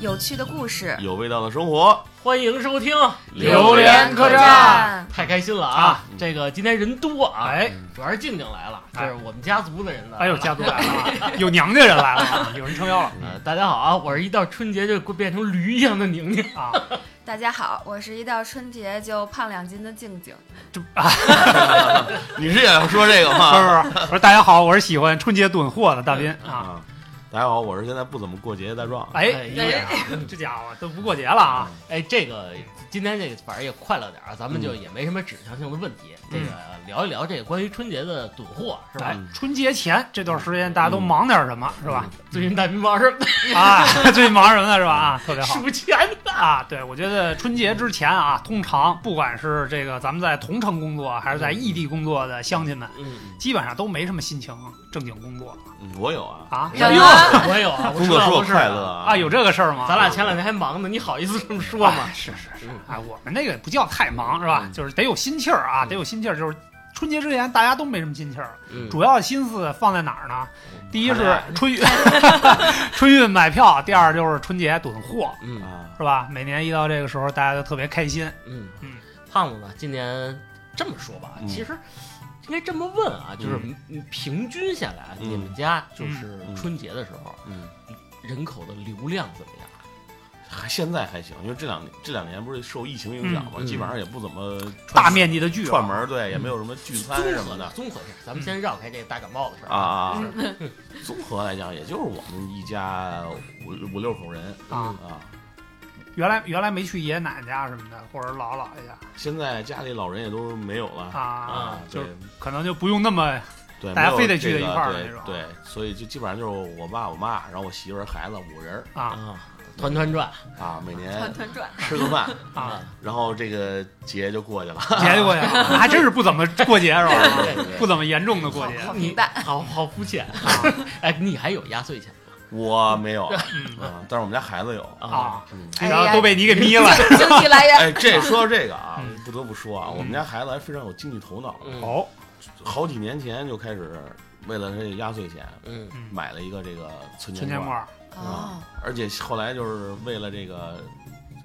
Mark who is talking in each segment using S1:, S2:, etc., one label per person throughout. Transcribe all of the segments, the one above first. S1: 有趣的故事，
S2: 有味道的生活，
S3: 欢迎收听，
S2: 榴莲客栈。
S3: 太开心了啊！这个今天人多啊，哎，主要是静静来了，这是我们家族的人呢。
S4: 哎呦，家族来了啊，有娘家人来了啊，有人撑腰了。
S3: 呃，大家好啊，我是一到春节就变成驴一样的宁宁啊，
S1: 大家好，我是一到春节就胖两斤的静静。
S2: 你是也要说这个
S4: 不 是啊
S2: 吗？
S4: 不是，啊我说大家好，我是喜欢春节囤货的大斌啊。
S2: 啊，大家好，我是现在不怎么过节的大壮。
S4: 哎，呀，这家伙都不过节了啊！
S3: 哎，这个今天这个反正也快乐点儿啊，咱们就也没什么指向性的问题，这个聊一聊这个关于春节的囤货是吧
S4: 哎？，春节前这段时间大家都忙点什么是吧？
S3: 最近大兵 玩什么
S4: 啊， 最忙什么呢是吧？啊，特别好
S3: 数钱呢？
S4: 啊！对，我觉得春节之前啊，通常不管是这个咱们在同城工作还是在异地工作的乡亲们，
S3: 嗯，
S4: 基本上都没什么心情正经工作
S2: 嗯我有啊，
S4: 啊。
S1: 有
S3: 哎
S1: 啊
S3: 呦，我有啊，
S2: 工作使我快乐
S3: 啊。
S4: 啊，有这个事儿吗？
S3: 咱俩前两天还忙呢，你好意思这么说吗
S4: 哎？是是是
S3: 嗯，
S4: 哎，我们那个不叫太忙是吧
S2: 嗯？
S4: 就是得有心气儿啊，
S3: 嗯
S4: 得有心气儿。就是春节之前大家都没什么心气儿，
S3: 嗯
S4: 主要心思放在哪儿呢？第一
S2: 谈恋
S4: 是春运，春运 买票；第二就是春节囤货，
S3: 嗯
S2: 啊，
S4: 是吧？每年一到这个时候，大家都特别开心。
S3: 嗯
S4: 嗯，
S3: 胖子呢，今年这么说吧，
S2: 嗯
S3: 其实应该这么问啊，就是你平均下来，啊
S2: 嗯
S3: 你们家就是
S2: 嗯
S3: 春节的时候
S2: 嗯，
S3: 人口的流量怎么样？
S2: 还现在还行，因为这两这两年不是受疫情影响嘛，
S3: 嗯嗯
S2: 基本上也不怎么
S4: 大面积的聚
S2: 串门儿，对，也没有什么聚餐什
S3: 综合
S2: 么的嗯
S3: 综合是，咱们先绕开这个大感冒
S4: 嗯
S3: 的事儿
S2: 啊。啊。综合来讲，也就是我们一家五五六口人
S4: 啊。
S2: 啊。
S4: 原来原来没去爷爷奶奶家什么的，或者姥姥姥爷家
S2: 现在家里老人也都没有了
S4: 啊，就
S2: 对
S4: 可能就不用那么
S2: 对，
S4: 大家
S2: 没有
S4: 非得聚
S2: 这
S4: 在
S2: 个
S4: 一块儿的
S2: 对
S4: 那种
S2: 对，所以就基本上就是我爸、我妈，然后我媳妇儿、孩子五人儿
S4: 啊
S3: 啊，团团转
S2: 啊，每
S1: 团
S2: 年
S1: 团转，
S2: 吃个饭，
S4: 啊，
S2: 然后这个节就过去了。
S4: 节就过去了，还真是不怎么过节是吧？
S2: 对对
S4: 不怎么严重的过节
S1: 好
S4: 啊
S1: 平淡
S3: 你好好肤浅。哎，你还有压岁钱吗？
S2: 我没有
S4: 嗯
S2: 啊，但是我们家孩子有。
S4: 啊，
S2: 嗯，
S1: 哎
S4: 然后
S1: 呀
S4: 都被你给眯了。
S1: 经济来源。
S2: 哎，这说到这个啊
S4: 嗯，
S2: 不得不说啊，我们家孩子还非常有经济头脑，
S3: 嗯
S4: 哦，
S2: 好几年前就开始为了这压岁钱
S3: 嗯
S4: 嗯
S2: 买了一个这个存
S4: 存
S2: 钱
S4: 钱
S2: 罐
S4: 罐
S2: 儿
S4: 儿
S1: 哦，
S2: 而且后来就是为了这个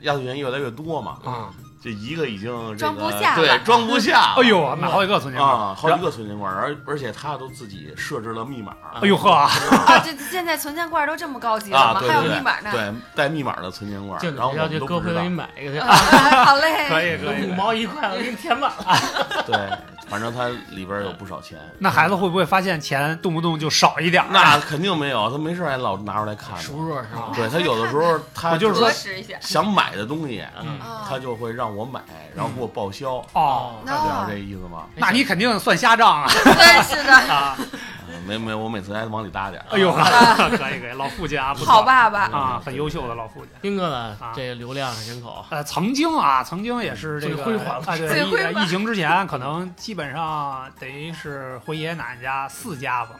S2: 压岁钱越来越多嘛，
S4: 啊，
S2: 这一个已经这
S1: 装不
S2: 个
S1: 下了
S2: 对装不下了，
S4: 哎呦，买好几个存钱罐儿，
S2: 啊，好几个存钱罐儿，而而且他都自己设置了密码，
S3: 啊
S4: 哎呦呵，
S1: 啊，这现在存钱罐都这么高级了
S2: 啊，
S1: 吗？
S2: 对
S1: 还有
S2: 对
S1: 密码 呢
S2: 对，。对带密码的存钱罐儿
S3: 就，你
S2: 然后我
S3: 要
S2: 们
S3: 去
S2: 都
S3: 歌
S2: 不知
S3: 会给
S2: 道
S3: 你，买一个去
S1: 啊，， 好
S4: 可
S1: 嘞，
S4: 以可以
S3: 五。毛一块，我给你填满了。
S2: 对，反正它里边儿有不少钱，
S4: 那孩子会不会发现钱动不动就少一点儿？
S2: 那肯定没有，他没事儿还老拿出来看呢，
S3: 数数是吧？
S2: 对他有的时候他
S4: 我就是说
S1: 核实一下。
S2: 想买的东西，
S3: 嗯
S1: 哦
S2: 他就会让我买，然后给我报销，
S4: 哦，
S2: 你知道这
S1: 那
S2: 意思吗？
S4: 那你肯定算瞎账啊！
S1: 真是的，
S4: 啊，
S2: 啊没没，我每次还往里搭点儿，
S4: 哎呦，可以可以，老父亲啊，不错
S1: 好爸爸，
S4: 啊，很优秀的老父亲。
S3: 兵哥呢
S4: 啊？
S3: 这个流量人口
S4: 呃，曾经啊，曾经也是这个
S3: 最辉煌的
S4: 啊，
S1: 最辉
S4: 对，
S1: 煌
S4: 疫疫情之前可能基本上得是回爷爷奶奶家四家子嘛，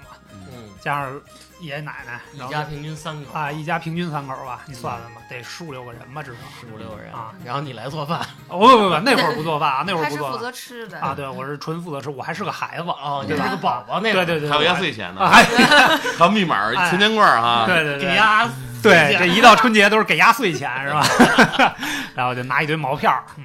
S3: 嗯，
S4: 加上爷爷奶奶，
S3: 一
S4: 然后
S3: 家平均三口
S4: 啊，一家平均三口吧，你算算吧，得十五六个人吧，至少。
S3: 十五六人
S4: 啊，
S3: 然后你来做饭
S4: 哦不不不，那会儿不 做饭啊，那会
S1: 他
S4: 儿不
S1: 是
S4: 做
S1: 负
S4: 饭
S1: 责吃的
S4: 啊。对，我是纯负责吃，我还是个孩子啊。
S3: 哦，你
S4: 对
S3: 是
S4: 吧
S3: 个宝宝那
S4: 对
S3: 个，
S4: 对对，
S2: 还有压
S4: 我
S2: 岁钱呢，
S4: 啊，还
S2: 还有密码、
S4: 哎
S2: 存钱罐儿哈，
S4: 对对
S3: 给
S4: 对，
S3: 压
S4: 对这一到春节都是给压岁钱是吧？ 然后就拿一堆毛片儿，
S3: 嗯，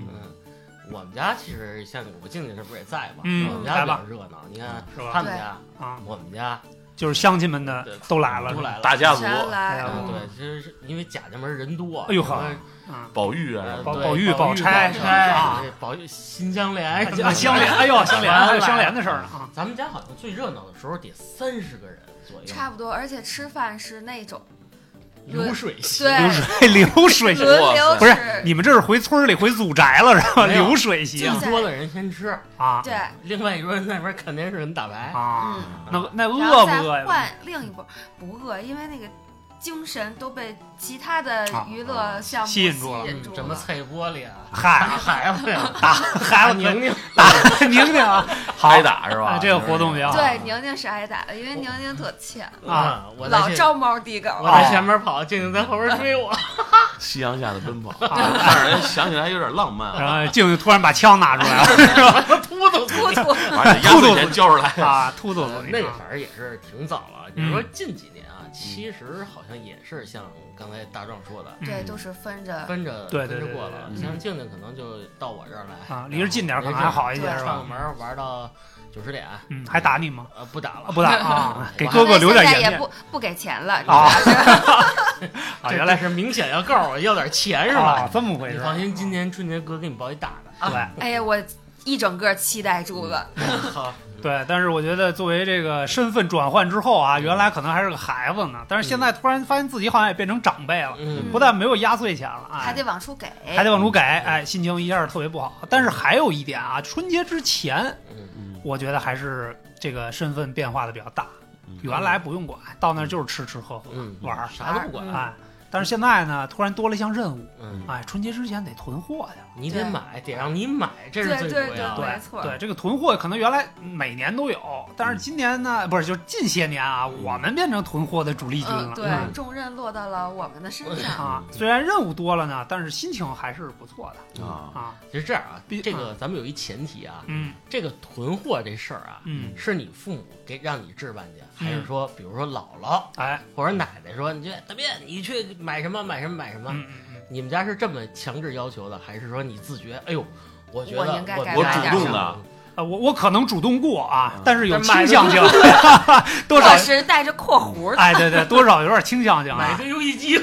S3: 我们家其实像我静静这不是也在吗？
S4: 嗯
S3: 我们家比较热闹，你看
S4: 是吧
S3: 他们家、
S4: 啊，
S3: 我们家
S4: 就是乡亲们的
S3: 对
S4: 都来了，
S3: 都来了。
S2: 大家族，
S1: 全来
S3: 嗯
S4: 哎呀
S3: 对，其实是因为贾家门人多。
S4: 哎呦呵
S3: 然后
S4: 啊，
S2: 宝玉啊，
S3: 呃
S4: 宝
S3: 对
S4: 宝玉
S3: 宝
S4: 宝钗
S3: 宝
S4: 是吧
S3: 钗
S4: 啊，
S3: 宝玉新相连什么
S4: 啊
S3: 的
S4: 相连，。哎呦相连，还有
S3: 来了
S4: 相连的事儿呢啊。
S3: 咱们家好像最热闹的时候得三十个人左右，
S1: 差不多，而且吃饭是那种
S3: 流水席。
S1: 对
S4: 流水流水席，
S1: 轮流
S4: 不
S1: 吃，
S4: 你们这是回村儿里回祖宅了是吧？
S3: 没有
S4: 流水
S3: 一
S4: 席啊
S1: 就
S3: 桌的人先吃，
S4: 啊
S1: 对，
S3: 另外一桌人在那边看电视、人打牌。
S4: 啊！
S1: 嗯。
S4: 那那
S1: 然后
S4: 饿
S1: 再
S4: 不饿呀？
S1: 换另一波，不饿，因为那个精神都被其他的娱乐项目
S4: 吸引住了
S3: 嗯什么菜玻璃啊，
S4: 嗨，
S3: 打孩子呀，
S4: 打孩 啊
S3: 打
S4: 子
S3: 宁宁，
S4: 打宁宁啊，好
S2: 挨打是吧？
S4: 哎这个活动比较好
S1: 对，宁宁是挨打的，因为宁宁特欠，
S4: 啊
S3: 嗯我在
S1: 老
S3: 这
S1: 招猫递狗。
S3: 我在前面跑，静静在后边追 我。
S2: 夕阳下的奔跑，
S4: 啊
S2: 让人想起来有点浪漫，
S4: 然后静静突然把枪拿出来了，是吧？
S3: 秃头
S1: 突突，
S2: 把你压岁钱交出来。
S4: 啊，突突嗯
S3: 那个反正也是挺早了。你说近几年啊，其实好像也是像刚才大壮说的，
S1: 对，
S2: 嗯
S1: 都是分着。
S3: 分着
S4: 对
S3: 分
S4: 对
S3: 着
S4: 对
S3: 过
S4: 对嗯
S3: 了。
S2: 对
S3: 像静静可能就到我这儿来
S4: 啊离着近点儿可能还好一些
S3: 然后
S1: 是
S4: 吧
S3: 串个门儿玩到九十点，
S4: 嗯，还打你吗？
S3: 呃，不打了，，
S4: 啊不打 啊给
S3: 我
S4: 哥哥留点
S1: 现在
S4: 颜
S1: 也
S4: 面
S1: 不不给钱了
S4: 啊
S3: 这
S4: 啊！原来
S3: 这是明显要告诉我要点钱是
S4: 啊
S3: 吧？
S4: 这么回
S3: 你
S4: 事儿，
S3: 放心，今啊年春节哥给你包一大的。
S4: 对。
S1: 哎呀，我一整个期待住了。
S3: 嗯
S4: 嗯
S3: 好，
S4: 对，但是我觉得作为这个身份转换之后啊，原来可能还是个孩子呢，但是现在突然发现自己好像也变成长辈了，
S3: 嗯
S4: 不但没有压岁钱了，哎，
S1: 还得往出给，
S4: 还得往出给，哎，心情一下特别不好。但是还有一点啊，春节之前，
S3: 嗯
S2: 嗯
S4: 我觉得还是这个身份变化的比较大
S2: 嗯，
S4: 原来不用管，到那儿就是吃吃喝喝
S3: 嗯，
S4: 玩儿，
S3: 啥都不嗯管，
S1: 嗯
S4: 哎，但是现在呢，突然多了一项任务，
S3: 嗯，
S4: 哎，春节之前得囤货去了。
S3: 你得买，得让你买，这是
S1: 对
S3: 最
S1: 对
S3: 主要
S1: 对
S3: 的。
S1: 没错嗯
S4: 对这个囤货可能原来每年都有，但是今年呢，不是就是近些年啊，我们变成囤货的主力军了。
S1: 嗯，对，
S2: 嗯
S1: 重任落到了我们的身上。
S4: 啊，虽然任务多了呢，但是心情还是不错的
S2: 啊，
S4: 啊。
S3: 其实这样啊
S4: 必，
S3: 这个咱们有一前提啊，
S4: 嗯
S3: 这个囤货这事儿啊，
S4: 嗯，
S3: 是你父母给让你置办去，还
S1: 嗯
S3: 是说，比如说姥姥
S4: 哎，
S3: 或
S2: 嗯
S3: 者奶奶说，你去大便，你去买什么买什么买什么？
S4: 嗯嗯嗯
S3: 你们家是这么强制要求的，还是说你自觉？哎呦，我觉得
S1: 我应该该
S2: 我
S1: 买
S2: 主
S1: 点
S2: 动
S1: 什
S2: 的
S3: 的，
S4: 啊，我我可能主动过啊
S2: 嗯，
S4: 但是有
S3: 但买
S4: 倾
S3: 的
S4: 向性，多
S1: 我
S4: 少
S1: 是带着括弧的，
S4: 哎，对对，多少有点倾向性
S3: 买
S4: 啊，
S3: 个游戏机，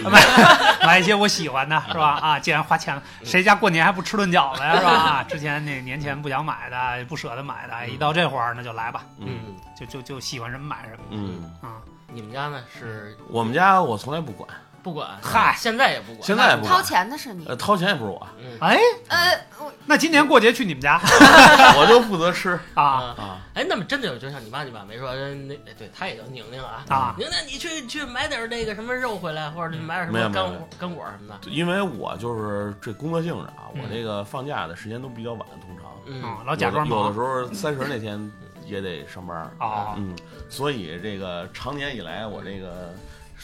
S4: 买一些我喜欢的，是吧？啊，既然花钱了，谁家过年还不吃顿饺子呀，是吧？啊，之前那年前不想买的，不舍得买的，哎
S3: 嗯
S4: 一到这会儿那就来吧，
S2: 嗯
S3: 嗯，
S4: 就就就喜欢什么买什么
S2: 嗯，
S4: 啊。
S3: 你们家呢是
S2: 我们家我从来不管，
S3: 不管，
S4: 嗨
S3: 现在也不管，
S2: 现在也不
S1: 掏
S2: 管，
S1: 钱的是你
S2: 呃，。掏钱也不是我，
S3: 嗯
S4: 哎，
S1: 呃，我
S4: 那今年过节去你们家
S2: 我就负责吃
S4: 啊？
S3: 啊。
S2: 啊，
S3: 哎，那么真的有，就像你妈你爸没说，呃那哎对，她也叫宁宁啊。
S4: 啊
S3: 宁宁，你去去买点那个什么肉回来，或者去买点什
S2: 嗯没
S3: 么
S2: 有没有
S3: 干
S2: 没
S3: 果干果什么的。
S2: 因为我就是这工作性质啊，我
S3: 嗯
S2: 这个放假的时间都比较晚，通常
S3: 嗯
S4: 嗯，老假装
S2: 有的有的
S4: 忙
S2: 时候三十那天也得上班，
S4: 啊
S2: 嗯，所以这个常年以来我这个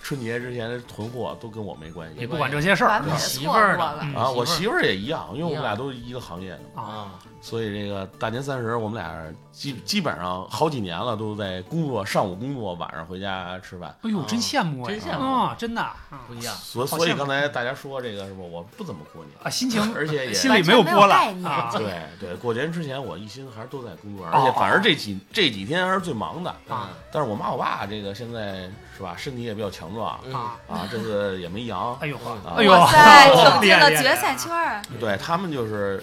S2: 春节之前囤货都跟我没关
S4: 也
S2: 系
S4: 不管这些事儿
S1: 完美
S3: 我
S1: 的
S3: 媳
S1: 错
S3: 妇
S1: 过
S3: 儿呢
S1: 了，
S4: 嗯
S2: 啊，我
S3: 媳
S2: 媳妇儿也一样，因为我
S3: 一样
S2: 们俩都是一个行业的嘛。
S4: 啊。
S3: 啊，
S2: 所以这个大年三十，我们俩基基本上好几年了，都在工作，上午工作，晚上回家吃饭。
S4: 哎呦，
S3: 啊
S4: 真羡慕呀！
S3: 真羡慕
S4: 啊，真的啊
S3: 不
S2: 嗯
S3: 一样。
S2: 所
S4: 好
S2: 所以
S4: 羡慕
S2: 刚才大家说这个是吧？我不怎么过年，
S4: 啊，心情
S2: 而且也
S4: 心里
S1: 完全
S4: 有
S1: 没有
S4: 波
S1: 概
S4: 澜
S1: 念
S4: 啊
S1: 这
S2: 对对，过年之前我一心还是都在工作，
S4: 哦
S2: 而且反而这几这几天还是最忙的。
S4: 啊
S2: 但是我妈我爸这个现在是吧，身体也比较强壮
S3: 嗯
S4: 啊！
S2: 啊，这次也没阳。
S4: 哎呦呵
S2: 啊，
S4: 哎呦，
S1: 哇 塞，挺
S4: 厉
S1: 进
S4: 害
S1: 了
S4: 厉害
S1: 决赛圈儿。
S2: 对他们就是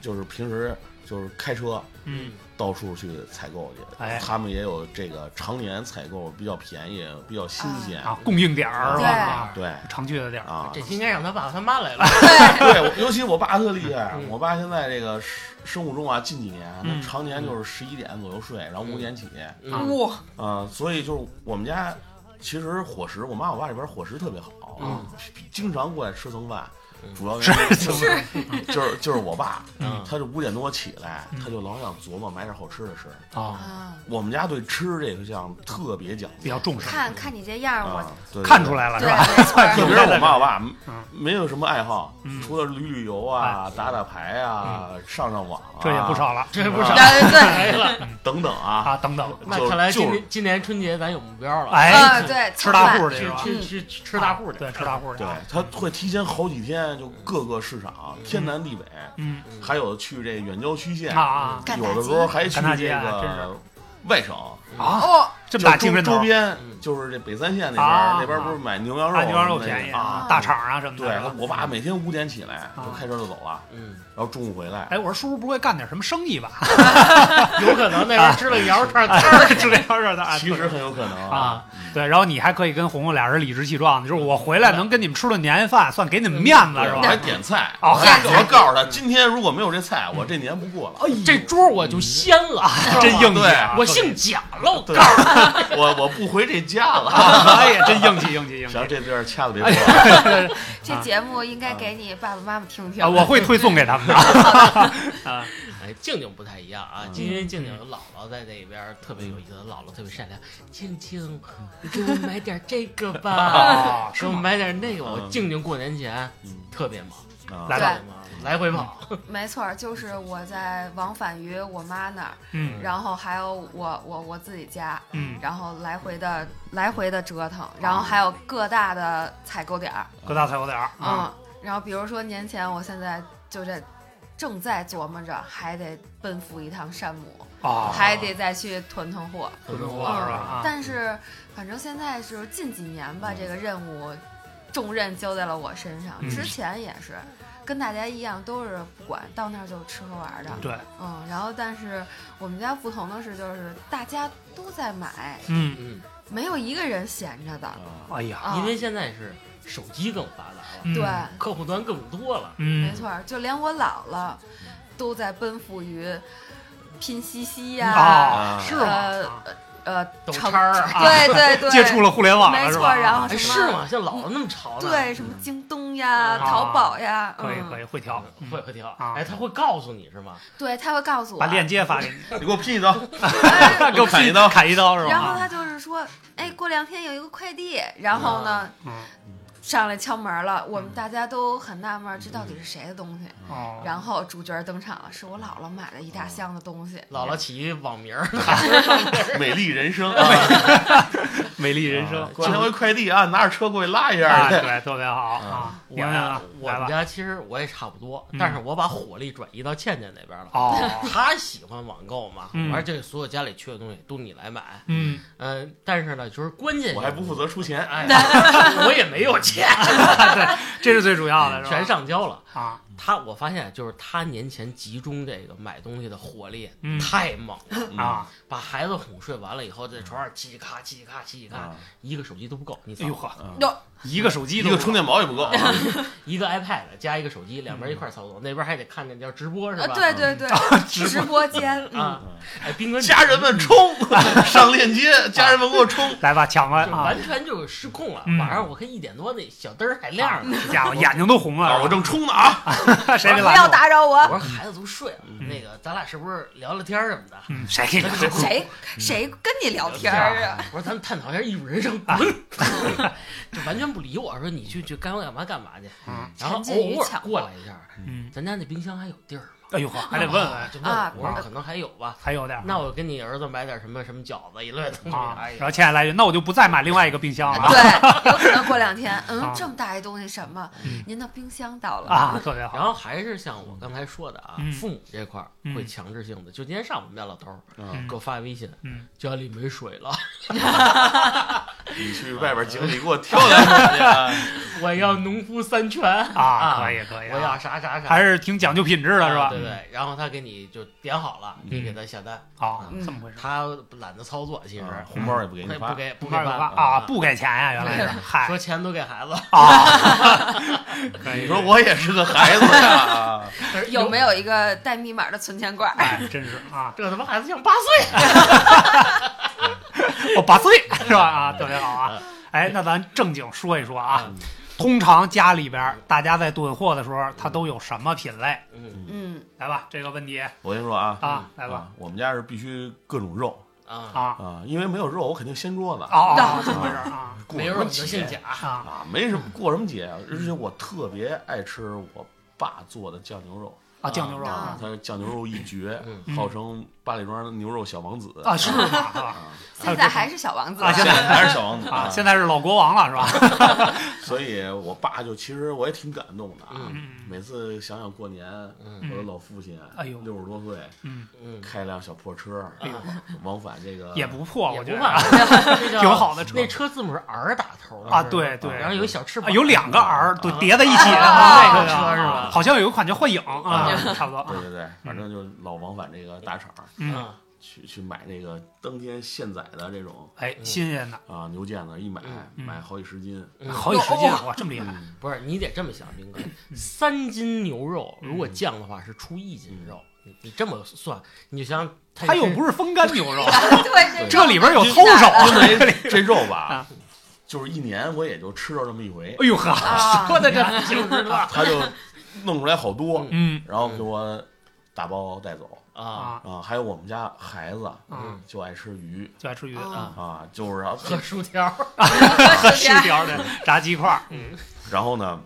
S2: 就是平时就是开车
S4: 嗯，
S2: 到处去采购去，
S4: 哎
S2: 他们也有这个常年采购比较便宜、比较新鲜。
S4: 啊，供应点儿是吧？
S1: 对
S4: 啊
S2: 对
S4: 常去的点儿
S2: 啊
S3: 这，应该让他爸和他妈来了。
S2: 对，我尤其我爸特厉害
S3: 嗯，
S2: 我爸现在这个生生物钟啊，近几年
S4: 嗯
S2: 他常年就是十一点左右睡，然后五点起
S3: 嗯
S1: 哇，
S2: 啊，所以就是我们家其实伙食，我妈我爸这边伙食特别好啊
S3: 嗯，
S2: 经常过来吃蹭饭
S3: 嗯。
S2: 主 要
S4: 是
S2: 原因就是就是就是我爸，
S3: 嗯
S2: 他就五点多起来，
S4: 嗯
S2: 他就老想琢磨买点好吃的吃。
S4: 啊，
S1: 啊，
S2: 我们家对吃这个项特别讲
S4: 比
S2: 究
S4: 较重视，
S1: 看看你这样，
S2: 啊
S1: 我，
S2: 对
S4: 看出。来了是
S1: 对，
S4: 吧？
S1: 没错
S2: 对对特
S1: 儿。
S2: 别是我妈我爸
S4: 嗯
S2: 没有什么爱好
S4: 嗯，哎
S2: 除了旅旅游啊、打打牌啊、上上网啊，
S4: 这也不少了
S3: 这也不少
S1: 对对
S3: 来 了，
S2: 等等啊。
S4: 啊，等等，
S3: 那
S2: 就
S3: 看来今
S2: 就是
S3: 年今年春节咱有目标了，
S1: 对，
S4: 哎
S1: 啊，，对，
S4: 吃大
S1: 蹭饭
S4: 户儿去是吧？
S3: 去去去吃大户去。
S4: 啊对，吃大户去
S2: 对。，他会提前好几天，就各个市场，天南地北，
S4: 嗯
S2: 还有去这远郊区县
S4: 啊，啊
S1: 干大
S2: 有的
S1: 集
S2: 时候还去
S4: 干大集
S2: 这
S4: 啊真
S2: 个
S4: 是
S2: 外省，
S4: 啊，
S1: 哦，
S4: 这么
S2: 就
S4: 大
S2: 是
S4: 精
S2: 周
S4: 神头
S2: 周
S4: 儿
S2: 边
S3: 嗯
S2: 就是这北三县那边
S4: 啊
S2: 儿，那边儿不是买牛羊肉
S4: 啊，牛羊肉
S2: 那个
S4: 便宜
S2: 啊？
S4: 大肠啊什么
S2: 对
S4: 的。是吧，
S2: 我爸每天五点起来就开车就走了，
S3: 嗯，
S2: 然后中午回来，
S4: 哎，我说叔叔不会干点什么生意 吧？
S3: 有可能那边吃了羊肉串摊儿，
S4: 之类的啊，
S2: 其实嗯很有可能
S4: 啊，对，然后你还可以跟红红俩人理直气壮的，就是我回来能跟你们吃顿年夜饭，算给你们面子
S2: 对
S4: 是
S2: 我
S4: 吧？
S2: 还点菜，
S4: 哦
S2: 我还
S4: 嗨
S2: 我告诉他，今天如果没有这菜，我这年不过了。
S3: 这桌我就掀了，
S4: 真硬气
S2: 对
S4: 啊，
S3: 我姓蒋喽，
S2: 对，我我不回这家了。
S4: 哎呀，真硬气，硬气，硬气
S2: 啊 行，这地儿掐的
S4: 哎
S2: 别说，
S4: 啊
S1: 这节目应该给你爸爸妈妈听听
S4: 啊！。我会推送给他们的啊！
S3: 哎，静静不太一样啊，
S2: 嗯
S3: 因为静静有姥姥在那边儿特别有意思，姥姥特别善良。静静，你给我买点这个吧，
S4: 哦，
S3: 给
S4: 是
S3: 我
S4: 吗？
S3: 买点那个吧。我
S2: 嗯
S3: 静静过年前
S2: 嗯
S3: 特别忙，
S2: 啊
S4: 来
S3: 特
S1: 吧
S3: 别忙，来回跑。
S1: 没错儿，就是我在往返于我妈那儿，
S4: 嗯
S1: 然后还有我我我自己家，
S4: 嗯，啊
S1: 然后来回的来回的折腾，然后还有各大的采购点儿，
S4: 各大才有点儿啊，
S1: 嗯，然后比如说年前，我现在就在正在琢磨着，还得奔赴一趟山姆，
S4: 哦，
S1: 还得再去囤囤货。
S4: 不能忘是吧？啊，
S1: 但是，反正现在是近几年吧，这个任务重任交在了我身上。
S4: 嗯
S1: 之前也是跟大家一样，都是不管到那儿就吃喝玩儿的。
S4: 对，
S1: 嗯，然后但是我们家不同的是，就是大家都在买，
S4: 嗯，
S3: 嗯，
S1: 没有一个人闲着的。
S2: 啊
S4: 哎呀，
S1: 啊，
S3: 因为现在是手机更发达了，
S4: 嗯
S1: 对，
S3: 客户端更多了。
S4: 嗯，
S1: 没错儿，就连我姥姥都在奔赴于拼夕夕呀、
S4: 啊，是
S1: 呃
S4: 吗？
S1: 呃，
S3: 抖
S1: 成
S3: 摊儿啊
S1: 对 对对，
S4: 接触了互联网了
S1: 没
S4: 是
S1: 错
S4: 吧？
S1: 然后
S4: 啊
S3: 哎，
S1: 什
S3: 是
S1: 么
S3: 吗？像姥姥那么潮呢？
S1: 对，什么京东呀、
S3: 嗯
S1: 淘宝呀，
S4: 可以
S1: 嗯
S4: 可以会调，嗯
S3: 会会跳。
S4: 啊
S3: 哎，他会告诉你是吗？
S1: 对，他会告诉我
S4: 把，链接发给你，
S2: 你给我劈一刀，
S1: 哎
S2: 给我砍一刀，
S4: 砍一刀是吧？
S1: 然后他就是说，哎，过两天有一个快递，然后呢
S4: 嗯，
S1: 上来敲门了，我们大家都很纳闷儿，这到底是谁的东西？
S4: 哦，
S1: 然后主角登场了，是我姥姥买了一大
S4: 嗯
S1: 箱的东西，
S3: 姥姥起一网名儿，
S2: 美丽人生啊！
S4: 美丽人生，
S2: 今天回快递啊，拿着车过去拉一
S4: 啊，
S2: 下去。
S4: 对，特别好啊，
S3: 我
S4: 明白了，
S3: 我
S4: 来
S3: 们
S4: 吧，
S3: 家其实我也差不多
S4: 嗯，
S3: 但是我把火力转移到倩倩那边了。
S4: 哦，
S3: 她喜欢网购嘛，
S4: 嗯
S3: 我说这个所有家里缺的东西都你来买。
S4: 嗯，
S3: 嗯，但是呢，就是关键
S2: 我还不负
S3: 责，
S2: 责出钱，
S3: 哎，我也没 有钱，
S4: 这是最主要的，是吧？
S3: 嗯全上交了。
S4: 啊，
S3: 她我发现就是她年前集中这个买东西的火力
S4: 嗯
S3: 太猛了，
S2: 嗯
S4: 啊，
S3: 把孩子哄睡完了以后，在床上嘁哩咔嘁哩咔嘁哩咔，
S2: 啊！
S3: 一个手机都不够，你
S4: 哎
S3: 操
S4: 呦呵，
S2: 啊
S1: 哟，
S4: 一个手机
S2: 一
S4: 都
S2: 个充电宝也不够啊，
S3: 一个 iPad 加一个手机，两边一块儿操
S4: 嗯
S3: 作，那边还得看着叫直播是
S1: 啊，
S3: 吧？
S1: 对对对， 直播间，嗯，
S3: 啊，哎，斌哥，
S2: 家人们冲，上链接，家人们给我冲。
S4: 来吧，抢吧
S3: 就
S4: 啊，
S3: 完全就失控了。
S4: 嗯
S3: 晚上我看一点多，那小灯儿还亮哦着。
S4: 这 家伙眼睛都红
S2: 啊，
S4: 了，
S2: 我正冲呢啊！
S4: 谁
S1: 不
S4: 给拦
S1: 要
S4: 住？
S1: 打扰
S3: 我
S1: 我，
S3: 说孩子都睡了，那个咱俩是不是聊聊天儿什么的？
S4: 嗯，谁 给拦住？
S1: 谁谁跟你聊天儿
S4: 嗯
S1: 啊？
S3: 我说咱们探讨一下艺术人生，
S4: 啊
S3: 就完全不理我，说你去去该干嘛干嘛去。
S4: 嗯
S3: 然后
S1: 沉浸于
S3: 偶尔
S1: 抢
S3: 过来一下，
S4: 嗯，
S3: 咱家那冰箱还有地儿吗？
S4: 哎呦呵，还得问
S3: 啊
S4: 问，
S3: 就问
S1: 啊
S3: 我说可能还有吧。
S4: 还有点儿
S3: 那我给你儿子买点什么什么饺子一类的东西。
S4: 啊
S3: 哎，
S4: 然后
S3: 呀，
S4: 倩倩来一句，那我就不再买另外一个冰箱了啊
S1: 对，有可能过两天，嗯
S4: 啊，
S1: 这么大一东西什么
S4: 嗯？
S1: 您的冰箱到了，
S4: 啊，特别
S3: 然
S4: 好，
S3: 后还是像我刚才说的啊
S4: 嗯，
S3: 父母这块儿会强制性的。就今天上午我们家老头儿
S2: 嗯
S3: 给我发微信，
S4: 嗯，
S3: 家里没水了，
S2: 你去外边井里给我挑两桶去啊。
S3: 我要农夫山泉，
S4: 啊，可以可
S3: 我
S4: 以，
S3: 要啥啥啥，
S4: 还是挺讲究品质的是吧？
S3: 对对，然后他给你就点好了，你给他下单，
S4: 啊，
S1: 嗯
S4: 这么回事？
S3: 他懒得操作，其实
S2: 啊红包也不给你
S3: 不给
S2: 发
S3: 不，给不
S4: 不
S3: 给
S4: 卖
S3: 发
S4: 啊，不给钱呀，原来是，嗨
S3: 说钱都给孩子，
S4: 啊， 可
S3: 哎
S4: 以
S2: 你说我也是个孩子 呀。
S3: 但是
S1: 有没有一个带密码的存钱罐？
S4: 哎，真是啊，
S3: 这他妈孩子像八岁？啊
S4: 我八岁是吧？啊，特别好啊。哎，那咱正经说一说啊
S3: 嗯，
S4: 通常家里边儿大家在囤货的时候，它都有什么品类？
S3: 嗯
S1: 嗯，
S4: 来吧，这个问题
S2: 我跟你说啊，
S4: 啊，来吧
S2: 啊，我们家是必须各种肉
S3: 啊，
S4: 啊，
S2: 啊，因为没有肉我肯定掀桌子
S4: 哦，哦，这么回事儿啊
S2: 过
S3: 没
S2: 什
S3: 有
S2: 么
S3: 我就姓
S2: 节
S3: 贾，
S4: 啊
S2: 啊？没什么过什么节啊，而且我特别爱吃我爸做的酱牛肉。
S4: 啊，酱牛肉
S1: 啊
S2: 他酱牛肉一绝，
S3: 嗯
S2: 号称八里庄的牛肉小王子
S4: 啊，是吗？ 啊还
S1: 现
S4: 有
S1: 在还是小王子
S4: 啊
S1: 吧，
S2: 现在还是小王子
S4: 啊，现在是老国王了是吧？
S2: 所以我爸就其实我也挺感动的啊。
S3: 嗯
S4: 嗯
S2: 每次想想过年，
S3: 嗯
S2: 我的老父亲，
S4: 哎呦
S2: 六十多岁，
S4: 嗯，
S3: 嗯，
S2: 开辆小破车，
S3: 哎呦
S2: 往返这个
S4: 也不破，
S3: 也
S4: 我
S3: 不
S4: 觉得
S3: 怕
S4: 啊，
S3: 挺
S4: 挺好的车
S3: 那车字母是 R 打头的
S4: 啊
S3: 是吧
S4: 对对
S3: 然后有一小翅膀，
S4: 有两个 R 对叠在一起
S3: 啊
S4: 对
S3: 那个
S4: 啊
S3: 车是吧
S4: 好像有一款叫幻影啊，差不多
S2: 对
S4: 啊，
S2: 对对，反正就老往返这个大厂
S4: 嗯，
S3: 嗯，
S2: 去去买这个当天现宰的这种
S4: 哎，新鲜的，
S2: 啊牛腱子，一买
S4: 嗯
S2: 买好几十斤，
S3: 嗯
S4: 好几十斤啊，哇，这么厉害
S3: 不是，你得这么想，兵哥，三斤牛肉如果酱的话是出一斤肉，你你这么算，你就想
S4: 它又
S3: 是
S4: 不是风
S3: 嗯
S4: 干牛肉，
S1: 对，
S4: 这里边有偷手。
S2: 因为这肉吧
S4: 啊，
S2: 就是一年我也就吃到这么一回，
S4: 哎呦呵，
S1: 啊
S4: 说的这，
S3: 就是
S2: 他就弄出来好多，
S3: 嗯
S4: 嗯
S2: 然后给我打包带走
S3: 啊，
S4: 啊，
S2: 啊。还有我们家孩子
S4: 嗯，
S2: 就爱吃鱼
S4: 就爱吃鱼
S1: 哦
S4: 啊，
S2: 啊， 就是然后
S3: 和薯条，
S4: 和薯
S1: 啊
S4: 条的炸鸡块儿
S2: 然后呢，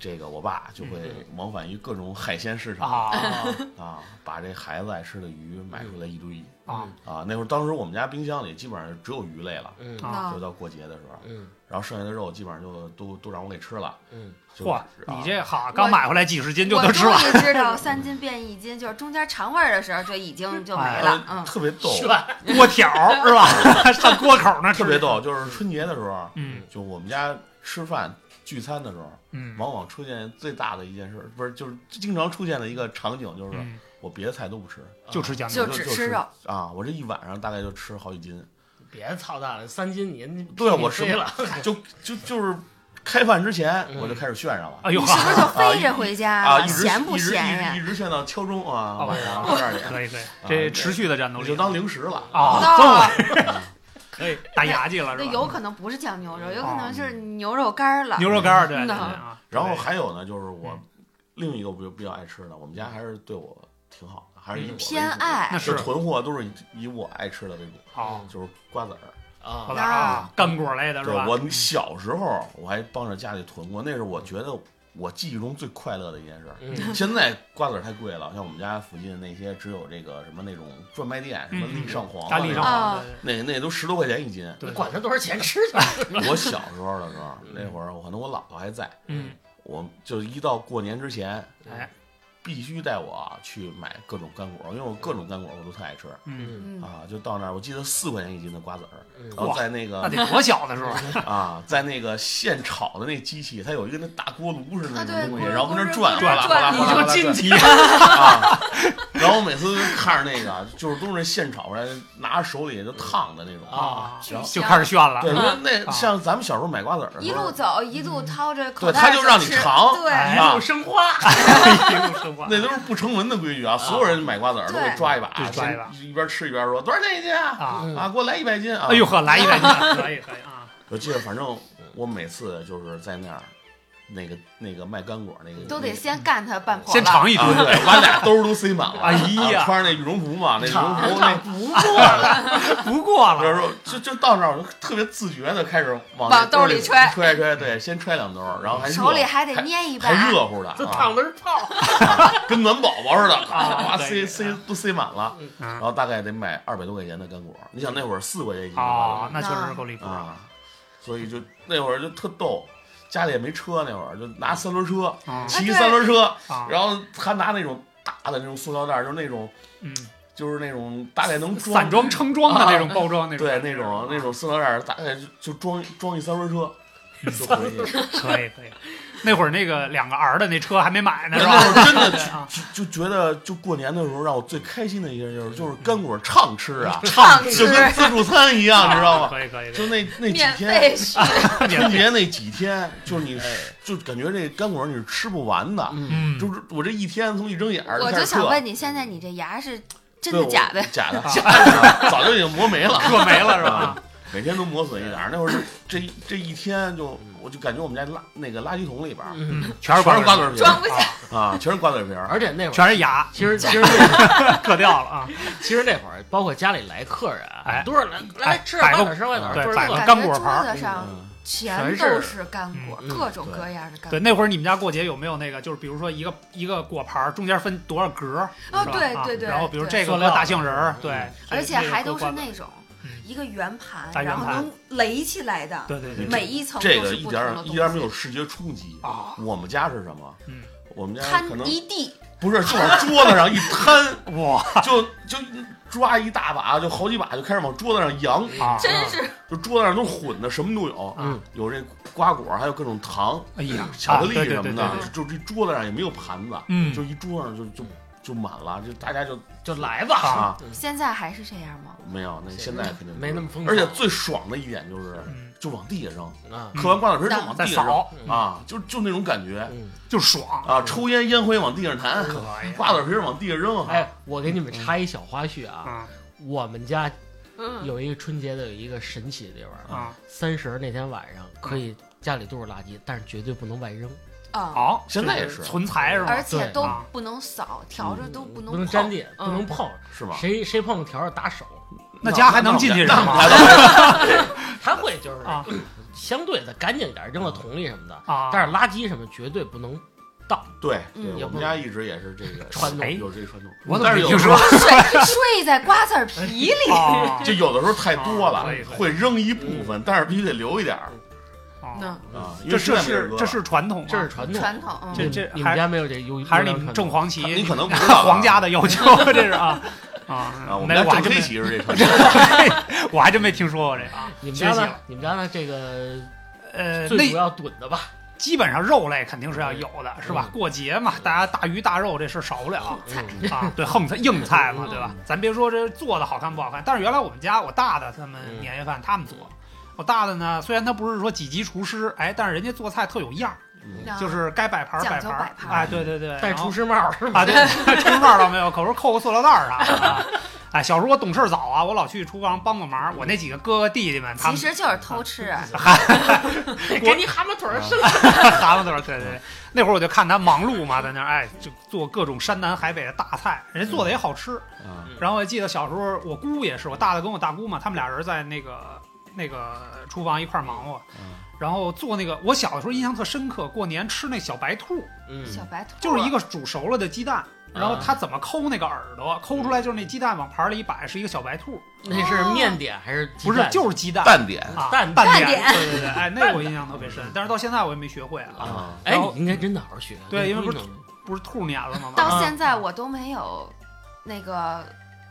S2: 这个我爸就会往返于各种海鲜市场
S4: 嗯啊
S2: 啊，把这孩子爱吃的鱼买出来一堆
S3: 嗯
S4: 啊
S2: 啊。那会儿当时我们家冰箱里基本上只有鱼类了，
S3: 嗯
S4: 啊
S1: 那
S2: 就到过节的时候，
S3: 嗯
S2: 然后剩下的肉基本上就都都让我给吃了。
S3: 嗯，
S2: 就
S4: 嚯
S2: 啊，
S4: 你这好，刚买回来几十斤就
S1: 我
S4: 都吃
S1: 终
S4: 完，
S1: 于知 道三斤变一斤，就是中间尝味儿的时候就已经就没了。
S2: 呃
S1: 嗯，
S2: 特别逗，
S3: 炫，
S4: 锅条儿是吧？ 上锅口那
S2: 特别逗，就是春节的时候，
S4: 嗯
S2: 就我们家吃饭聚餐的时候，
S4: 嗯，
S2: 往往出现最大的一件事，不是就是经常出现的一个场景，就是
S4: 嗯
S2: 我别的菜都不吃，
S4: 就吃酱
S1: 就
S4: 油，
S2: 就
S1: 只
S2: 就
S1: 吃
S2: 吃
S1: 肉，
S2: 啊，我这一晚上大概就吃好几斤，
S3: 别操蛋了，三斤你你
S2: 对
S3: 你
S2: 我什
S3: 飞
S2: 么
S3: 了，
S2: 就就就是开饭之前
S3: 嗯
S2: 我就开始炫上了
S4: 哎呦
S1: 你是不是
S4: 呵，
S1: 就飞着回家
S2: 啊，
S1: 了？
S2: 一直
S1: 咸不
S2: 一直
S1: 咸
S2: 一
S1: 呀？
S2: 直一直炫到敲钟啊，
S4: 哦
S2: 晚上十二点，
S4: 可以可以，这持续的战斗
S2: 我
S4: 力
S2: 就当零食了
S4: 啊，这么
S1: 那
S4: 可以打哎牙祭
S2: 啊
S4: 了
S1: 那
S4: 是吧？
S1: 有可能不是酱牛肉，有可
S2: 哦
S1: 能是牛肉干儿了。
S4: 牛肉干儿对
S1: 嗯
S4: 对对
S1: 嗯
S4: 啊，
S2: 然后还有呢，就是我
S4: 嗯
S2: 另一个比比较爱吃的，我们家还是对我挺好的，还是以我为主
S1: 偏，爱
S4: 那
S2: 就是囤货都是以以我爱吃的为主，
S4: 好，
S2: 就是瓜子儿。
S4: 好
S3: 啊，
S4: 的啊，干果类的是
S2: 对，
S4: 吧？
S2: 嗯我小时候我还帮着家里囤过，那是我觉得我记忆中最快乐的一件事儿。
S3: 嗯
S2: 现在瓜子儿太贵了，像我们家附近那些只有这个什么那种专卖店，什么
S4: 嗯
S2: 利上皇啊
S4: 大
S2: 那
S4: 力
S2: 种，
S4: 上
S1: 啊
S4: 好的，
S2: 那那都十多块钱一斤。
S4: 对，
S3: 管他多少钱吃去，
S2: 我小时候的时候，
S3: 嗯
S2: 那会儿我可能我姥姥还在，
S4: 嗯，
S2: 我就一到过年之前，
S4: 哎，
S2: 必须带我去买各种干果，因为我各种干果我都特爱吃
S4: 嗯，
S3: 嗯
S1: 嗯，
S2: 啊。就到那儿，我记得四块钱一斤的瓜子儿，
S3: 嗯
S2: 然
S4: 哇
S2: 后在那
S4: 那
S2: 个
S4: 得多小的时候
S2: 啊，在那个现炒的那机器，它有一个那大锅炉似的那
S1: 啊对
S2: 种东西，
S1: 锅
S2: 然后跟那
S1: 锅
S2: 转
S1: 转
S2: 哗啦哗啦
S1: 转
S2: 哗啦哗啦
S4: 你就晋级
S2: 转啊。然后我每次看着那个，就是都是现炒出来，拿着手里就烫的那种。
S4: 啊，
S1: 然后
S4: 就开始炫了，
S2: 对，
S1: 啊
S2: 那
S4: 啊
S2: 那像咱们小时候买瓜子儿的
S1: 一
S2: 时
S1: 路
S2: 候，
S1: 走一路掏着口
S2: 嗯对
S1: 袋儿
S2: 他就让你
S1: 吃
S2: 尝
S1: 对
S4: 哎
S2: 啊
S3: 又生花，
S4: 一路生活，
S2: 那都是不成文的规矩啊！所有人买瓜子儿都
S1: 对
S2: 得抓一把，
S4: 对抓一把
S2: 先一边吃一边说多少钱一斤啊？
S4: 啊，
S3: 嗯
S2: 啊，给我来一百斤啊！
S4: 哎呦呵，来一
S1: 嗯
S4: 百斤，可以可以 啊，
S2: 我记得，反正我每次就是在那儿，那个那个卖干果那个
S1: 都得先干他半破
S4: 先
S1: 了。
S4: 尝一
S2: 啊，
S4: 顿，
S2: 对，把俩兜儿都塞满了。
S4: 哎呀
S2: 啊穿着那羽绒服嘛，那羽绒服那。
S3: 不过了，
S4: 不过
S2: 就是
S4: 了，
S2: 说，就就到那儿，我就特别自觉的开始
S1: 往
S2: 往那
S1: 兜
S2: 兜
S1: 儿里揣
S2: 揣揣，对，先揣两兜儿，然后还热
S1: 手里还得捏一把
S2: 还，热乎的，
S3: 这
S2: 啊
S3: 烫的是泡，
S2: 跟暖宝宝似的，
S4: 啊
S2: 啊，
S4: 对
S2: 塞塞都塞满了，然
S4: 嗯，
S2: 后大概得买二百多块钱的干果，你想那会儿四块钱一斤
S4: 哦，那确实是够离谱了，
S2: 啊，所以就那会儿就特逗，家里也没车，那会儿就拿三轮车，
S4: 啊
S2: 骑
S1: 对
S2: 三轮车，
S4: 啊，
S2: 然后还拿那种大的那种塑料袋儿，就是那种
S4: 嗯，
S2: 就是那种大概能装
S4: 散装盛装的那种包装，那种
S2: 啊
S4: 啊
S2: 对那种那种塑料袋儿，大概就就装装一三轮车，
S4: 嗯
S2: 就回去，
S4: 可以可以。那会儿那个两个 R 的那车还没买呢，是
S2: 然
S4: 吧？
S2: 后真的
S4: 对啊，
S2: 就就觉得就过年的时候让我最开心的一件就是
S4: 嗯
S2: 就是干果畅吃啊，
S1: 烫
S2: 就跟自助餐一样，你知道吗？
S4: 啊可以可以，
S2: 就那那几
S1: 免
S2: 天啊
S1: 费，吃，
S2: 春节那几天，就是你就感觉这干果你是吃不完的，
S3: 嗯，
S4: 嗯，
S2: 就是我这一天从一睁眼儿
S1: 我
S2: 开始
S1: 就想
S2: 嗑
S1: 问你，现在你这牙是真的
S2: 对我嗯
S1: 假的？
S2: 假的
S4: 啊，
S2: 假的，早就已经磨没了。
S4: 饿没了是吧？
S2: 每天都磨损一点儿，那会儿这这这一天就，我就感觉我们家垃那个垃圾桶里边儿
S3: 嗯，
S4: 全是
S2: 全是瓜
S4: 子
S2: 子皮
S1: 装
S2: 儿
S1: 不下
S4: 啊，
S2: 啊，全是瓜子皮 儿。
S3: 而且那会儿
S4: 全是牙，
S3: 其实其实那
S4: 硌掉了啊！
S1: 嗯
S3: 其实那会儿，包括家里来客人啊，
S4: 哎
S3: 多少人来
S4: 哎
S3: 吃
S4: 摆
S3: 饭
S4: 个
S3: 点吃饭点
S4: 对
S3: 就是
S4: 摆
S3: 那个
S4: 个
S1: 感
S3: 啊
S4: 干
S1: 觉
S4: 果盘儿
S1: 桌子上
S2: 嗯，
S1: 全
S3: 全
S1: 都
S3: 是
S1: 是干果，
S3: 嗯嗯
S1: 各种各样的干果。
S4: 对，那会儿你们家过节有没有那个，就是比如说一个一个果盘儿中间分多少格儿？
S1: 哦
S4: 是吧
S1: 对
S4: 啊
S1: 对对
S4: 然后比如
S1: 对
S4: 这个
S3: 塑
S4: 搁
S3: 料
S4: 大杏仁儿
S3: 嗯，
S4: 对，
S1: 而且
S4: 这个
S1: 还
S4: 搁
S1: 都是
S4: 瓜子
S1: 那种
S4: 嗯
S1: 一个圆盘，
S4: 大圆
S1: 然后
S4: 盘
S1: 能垒起来的，
S4: 对对对，
S1: 每一层
S2: 这
S1: 都
S2: 个
S1: 是
S2: 一
S1: 不
S2: 点
S1: 同的
S2: 儿一点儿没
S1: 东西哦
S2: 有视觉冲击
S4: 啊
S2: 我们家是什么？
S4: 嗯
S2: 我们家可
S1: 摊
S2: 能
S1: 一地，
S2: 不是，就往桌子上一摊，
S4: 哇
S2: 就就抓一大把，就好几把，就开始往桌子上扬，
S4: 啊！
S1: 真是
S2: 就桌子上都混的，什么都有，
S3: 嗯，
S2: 有这瓜果，还有各种糖、
S4: 哎呀，
S2: 巧克力
S4: 啊对
S2: 什
S4: 对
S2: 么
S4: 对对
S2: 的
S4: 对，
S2: 就这桌子上也没有盘子，
S4: 嗯
S2: 就一桌上就就就满了，就大家就
S3: 就来吧，
S2: 啊，
S1: 现在还是这样吗？
S2: 没有，那现在肯定
S3: 没那么疯狂
S2: 而且最爽的一点就是，
S4: 嗯，
S2: 就往地下扔，
S3: 啊，
S2: 嗑完瓜子皮儿就往
S4: 再
S2: 地下扔
S4: 扫
S3: 嗯
S2: 啊，就就那种感觉
S3: 嗯，
S4: 就爽
S2: 啊，抽烟烟灰往地上弹，
S4: 可以
S2: 瓜子皮儿往地下扔，啊
S3: 哎，我给你们插一小花絮啊，
S4: 啊
S3: 我们家
S1: 嗯，
S3: 有一个春节的有一个神奇的地方，
S4: 啊！
S3: 三十那天晚上可以家里都是垃圾，但是绝对不能外扔，
S1: 啊，
S4: 好，
S2: 现在也
S4: 这
S2: 是
S4: 存财是吧？
S1: 而且
S3: 对
S1: 都
S4: 啊
S1: 不能扫，笤帚都不能
S3: 不
S1: 碰
S3: 能沾地，不
S1: 嗯
S3: 能碰，
S2: 是吗？
S3: 谁谁碰笤帚打手，
S4: 那家还能进去是吗？
S3: 他会就是
S4: 啊
S3: 相对的干净一点，扔到桶里什么的，
S4: 啊，
S3: 但是垃圾什么绝对不能
S2: 对，
S1: 嗯
S2: 对
S1: 也
S2: 我
S3: 不
S2: 们家一直也是这个
S3: 传
S4: 统哎
S2: 有这传统。
S4: 我怎
S2: 但
S4: 么
S2: 是有
S4: 没听
S2: 时
S4: 说
S2: 候？
S1: 睡睡在瓜子儿皮里。
S4: 啊
S2: 就有的时候太多
S4: 啊
S2: 了
S4: 可以可，以嗯
S2: 会扔一部分，但是必须得留一点儿
S4: 啊，
S1: 那
S2: 啊。因为
S4: 这
S2: 实在
S4: 这
S2: 没人
S4: 是
S2: 搁
S4: 这是传统吗？
S3: 嗯这是传统。
S1: 传统，嗯
S4: 哦这
S3: 你
S4: 这
S3: 你
S4: 还
S3: 们家没有这优
S4: 还是
S3: 优良
S4: 你们
S3: 传统
S4: 正黄旗？
S2: 你可能不知道啊
S4: 皇家的要求， 这是 啊啊
S2: 啊，我们
S4: 没
S2: 家
S4: 我还
S2: 正
S4: 真
S2: 黑
S4: 没，
S2: 旗是这传统。
S4: 我还真没听说过这个啊。
S3: 你们家
S4: 学习
S3: 呢
S4: 了？
S3: 你们家呢？这个
S4: 呃，那
S3: 最主要炖的吧？
S4: 基本上肉类肯定是要有的，是吧？
S3: 嗯
S4: 过节嘛，大家大鱼大肉这事儿少不了。
S1: 菜
S3: 嗯
S4: 啊，对，横菜硬菜嘛，对吧？咱别说这做的好看不好看，但是原来我们家我大的他们
S3: 嗯
S4: 年夜饭他们做，我大的呢虽然他不是说几级厨师，哎，但是人家做菜特有样儿，
S1: 那
S4: 就是该摆盘儿
S1: 讲
S4: 摆
S1: 究
S4: 盘
S1: 摆
S4: 儿，
S1: 盘儿
S4: 哎，对对对，
S3: 戴
S4: 然后
S3: 厨师帽是吧？
S4: 啊，对，吃饭倒没有，可是扣个塑料袋儿啥的啊。哎，小时候我懂事儿早啊，我老去厨房帮帮忙。我那几个哥哥弟弟们，他
S1: 其
S4: 们啊
S1: 实就是偷吃，
S3: 给你蛤蟆腿儿
S2: 啊
S3: 伸
S4: 蛤蟆都是对对对。那会儿我就看他忙碌嘛，在那儿哎，就做各种山南海北的大菜，人家做的也好吃。
S2: 啊
S4: 然后我记得小时候我姑也是，我大的跟我大姑嘛，他们俩人在那个那个厨房一块儿忙活。
S2: 嗯
S4: 然后做那个，我小的时候印象特深刻，过年吃那小白兔，
S3: 嗯
S1: 小白兔
S4: 就是一个煮熟了的鸡蛋，然
S1: 嗯
S4: 后他怎么抠那个耳朵，抠出来就是那鸡蛋往盘里一摆，是一个小白兔，
S3: 那是
S1: 哦
S3: 面点还是鸡
S4: 不是
S3: 蛋
S4: 就是鸡蛋
S2: 蛋点
S4: 啊
S3: 蛋
S4: 蛋
S1: 蛋
S4: 点，
S1: 点
S4: 对对对，哎，那我印象特别深，但是到现在我也没学会啊，
S2: 啊，
S3: 哎，
S4: 然后
S3: 你应该真的好好学。啊
S4: 对因为不
S3: 不
S4: 是不是兔年了吗？啊
S1: 到现在我都没有那个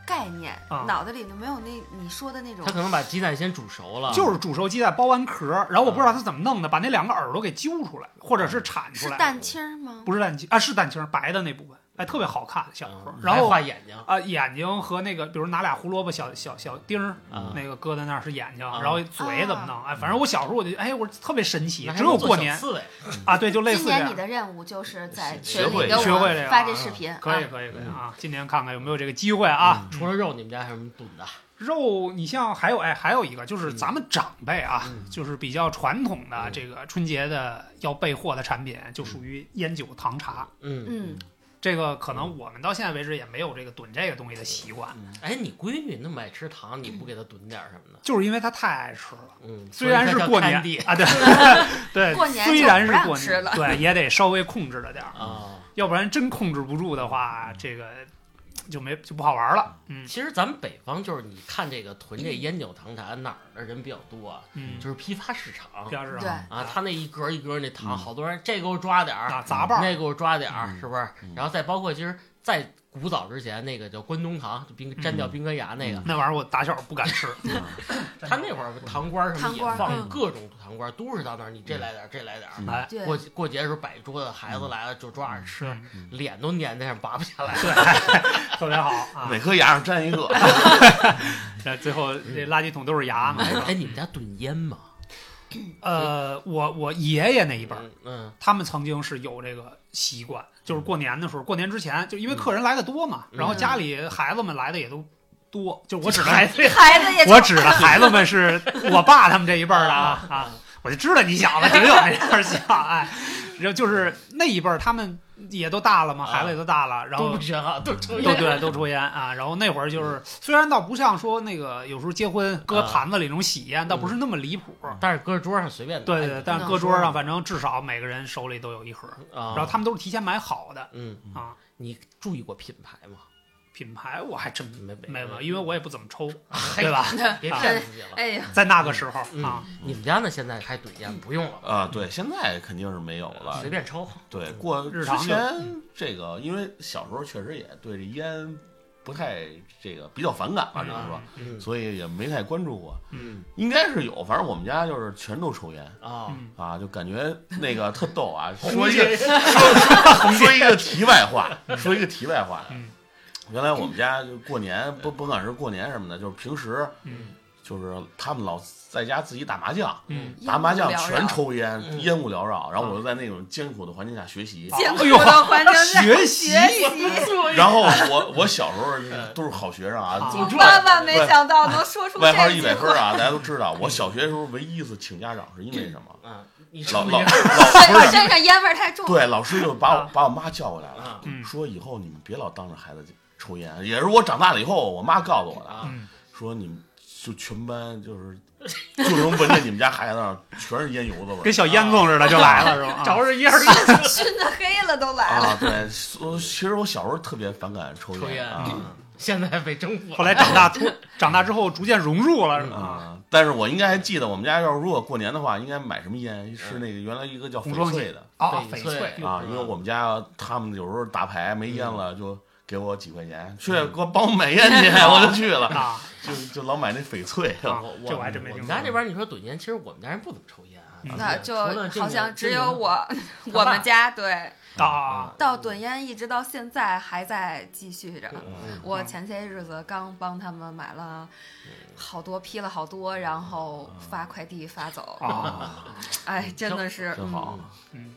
S1: 概念，
S4: 啊
S1: 脑子里就没有那你说的那种
S3: 他可能把鸡蛋先煮熟了，嗯
S4: 就是煮熟鸡蛋剥完壳，然后我不知道他怎么弄的，把那两个耳朵给揪出来，或者是铲出
S1: 是
S4: 来，
S1: 蛋清儿吗？
S4: 不是蛋清啊，是蛋清白的那部分，哎，特别好看，小时候
S3: 嗯，
S4: 然
S3: 还
S4: 后
S3: 画眼睛，
S4: 啊，眼睛和那个，比如拿俩胡萝卜小小小丁儿，
S3: 啊
S4: 那个搁在那儿是眼睛，
S3: 啊
S4: 然后嘴怎么弄？哎，反正我小时候我就哎，我特别神奇
S3: 那，还
S4: 只有
S3: 能做
S4: 过
S3: 小
S4: 年
S3: 刺猬，
S4: 啊，对，就类似
S1: 今
S4: 这
S1: 年你
S4: 样。
S1: 的任务就是在
S2: 学
S1: 群里
S2: 会
S1: 给我
S4: 学会这个
S1: 发
S4: 啊
S1: 这视频，
S4: 可以
S1: 啊
S4: 可以可以
S2: 嗯
S4: 啊！今年看看有没有这个机会啊！
S3: 嗯除了肉，你们家还有什么炖的？
S4: 肉，你像还有哎，还有一个就是
S3: 嗯
S4: 咱们长辈啊，
S3: 嗯
S4: 就是比较传统的
S3: 嗯
S4: 这个春节的要备货的产品，就属于烟酒糖茶。
S3: 嗯，
S1: 嗯，
S4: 这个可能我们到现在为止也没有这个炖这个东西的习惯，
S3: 哎，你闺女那么爱吃糖，你不给她炖点儿什么的？
S4: 就是因为她太爱吃了。
S3: 嗯，
S4: 虽然是
S3: 所以她叫
S4: 过
S3: 干
S4: 年
S3: 地
S4: 啊， 对对，
S1: 过年就
S4: 虽然是
S1: 不让
S4: 过
S1: 吃
S4: 年
S1: 了，
S4: 对，也得稍微控制着点儿，
S3: 啊。
S4: 要不然真控制不住的
S3: 嗯
S4: 话，这个就没就不好玩了。嗯
S3: 其实咱们北方就是，你看这个囤这烟酒糖茶哪儿的人比较多啊？
S4: 嗯，
S3: 就是批发市场
S4: 表示
S1: 对
S3: 啊，他那一格一格那糖，
S2: 嗯
S3: 好多人这给我抓点儿，
S4: 啊杂拌儿
S3: 那给我抓点儿，
S2: 嗯
S3: 是不是
S2: 嗯？
S3: 然后再包括，其实在古早之前，那个叫关东糖，就冰粘掉
S2: 嗯
S3: 冰哥牙那个，
S4: 那玩意儿我打小不敢吃，
S3: 他那会儿糖官儿什么
S1: 糖官儿
S3: 也放
S1: 嗯
S3: 各种糖官儿，都是到那儿你这来点儿，这来点儿。
S2: 嗯
S4: 哎，
S1: 对
S3: 过节过节的时候摆桌子，孩子来了就抓着吃，
S4: 嗯
S3: 脸都粘在上拔不下来。
S4: 特别好啊
S2: 每。颗牙上粘一个，
S4: 那最后这垃圾桶都是牙嘛。
S3: 哎哎，你们家炖烟吗？
S4: 呃，我我爷爷那一辈儿，
S3: 嗯嗯
S4: 他们曾经是有这个习惯，就是过年的时候，过年之前，就因为客人来的多嘛，
S3: 嗯
S4: 然后家里孩子们来的也都多，就我指的孩子
S1: 孩子也
S4: 我指的孩子们是我爸他们这一辈儿的啊啊，我就知道你小子挺有那点儿像哎，然后就是那一辈儿他们也都大了嘛，
S3: 啊
S4: 孩子也都大了，然
S3: 都
S4: 后
S3: 不学啊，都抽
S4: 都
S3: 烟。
S4: 对 都抽烟啊，然后那会儿就是虽然倒不像说那个有时候结婚搁
S3: 啊
S4: 盘子里那种喜烟，倒不是那么离谱，
S3: 但是搁桌上随便拿。
S4: 嗯对对对，但是
S1: 能
S4: 搁桌
S3: 说
S4: 上
S3: 吗
S4: 反正至少每个人手里都有一盒，
S3: 啊，
S4: 然后他们都是提前买好的
S3: 嗯
S4: 啊，
S3: 你注意过品牌吗？
S4: 品牌我还真
S3: 没
S4: 没有，因为我也不怎么抽，
S3: 嗨
S4: 对吧？
S3: 别骗自己了。
S1: 哎呀，
S4: 在那个时候
S3: 嗯
S4: 啊，
S3: 你们家呢？现在还怼烟？不用了吧，
S2: 啊，对，现在肯定是没有了
S3: 随。便抽。
S2: 对，过
S4: 日
S2: 之
S4: 常就
S2: 前这个，因为小时候确实也对这烟不太这个比较反感吧，
S3: 啊
S2: 就是说，
S3: 嗯
S2: 所以也没太关注过。
S3: 嗯
S2: 应该是有，反正我们家就是全都抽烟
S3: 啊，
S4: 嗯
S2: 啊，就感觉那个特逗 啊。
S3: 红
S2: 说一个 说一个题外话，说一个题外话
S4: 嗯。
S2: 原来我们家就过年，不甭管是过年什么的，就是平时
S4: 嗯
S2: 就是他们老在家自己打麻将，
S4: 嗯。
S2: 打麻将
S1: 烟雾缭
S2: 全
S1: 绕，
S2: 抽烟，
S3: 嗯
S2: 烟雾缭绕。然后我就在那种艰苦的环境下学习，
S1: 艰苦
S4: 哎呦
S1: 的环境下
S4: 学习
S1: 习，
S2: 然后我我小时候
S3: 嗯
S2: 是 都是好学生啊，
S4: 啊
S1: 万万没想到能说出
S2: 外号
S1: 这
S2: 一
S1: 句
S2: 百分
S1: 话，
S2: 啊，大家都知道。我小学的时候唯一一次请家长是因为什么？
S3: 嗯，你
S2: 老
S3: 上
S2: 老
S3: 一
S2: 老
S3: 下
S1: 身身上烟味儿太重。
S2: 对老师就把我
S4: 啊
S2: 把我妈叫过来了，
S3: 啊
S4: 嗯
S2: 说以后你们别老当着孩子抽烟，也是我长大了以后，我妈告诉我的，
S3: 啊，
S4: 嗯，
S2: 说你们就全班就是就能闻见你们家孩子全是烟油子味
S4: 跟
S2: 儿。
S4: 小烟囱似的就 来了是吧？
S3: 嗯
S4: 啊
S3: 找着烟儿
S1: 熏的黑了都来了。
S2: 啊，对，所其实我小时候特别反感抽
S3: 抽烟
S2: 啊，
S3: 啊，现在被征服了。
S4: 后来长大突 长大之后逐渐融入了是
S3: 嗯
S4: 吧？
S2: 啊，但是我应该还记得，我们家要是如果过年的话，应该买什么烟？是那个原来一个叫翡
S4: 红双
S2: 翠的
S4: 啊，
S3: 翡
S4: 翡
S3: 翠
S4: 翠
S2: 啊，因为我们家他们有时候打牌没烟了，就给我几块钱，去给我帮我买烟去，我就去了，
S4: 啊，
S2: 就就老买那翡翠。
S4: 啊
S3: 我
S4: 这我还真没
S3: 我
S4: 听
S3: 们
S4: 说
S3: 家这边你说怼烟，其实我们家人不怎么抽烟啊，
S4: 嗯
S3: 咱
S1: 那
S3: 们
S1: 就
S3: 除了这个
S1: 好像只有
S3: 这
S1: 我，
S3: 个
S1: 我们家对，
S4: 啊，
S1: 到趸烟一直到现在还在继续着。
S2: 嗯
S1: 我前些日子刚帮他们买了好多，批了好多，然后
S3: 嗯
S1: 发快递发走。
S4: 啊，
S1: 哎，真的是
S2: 真好，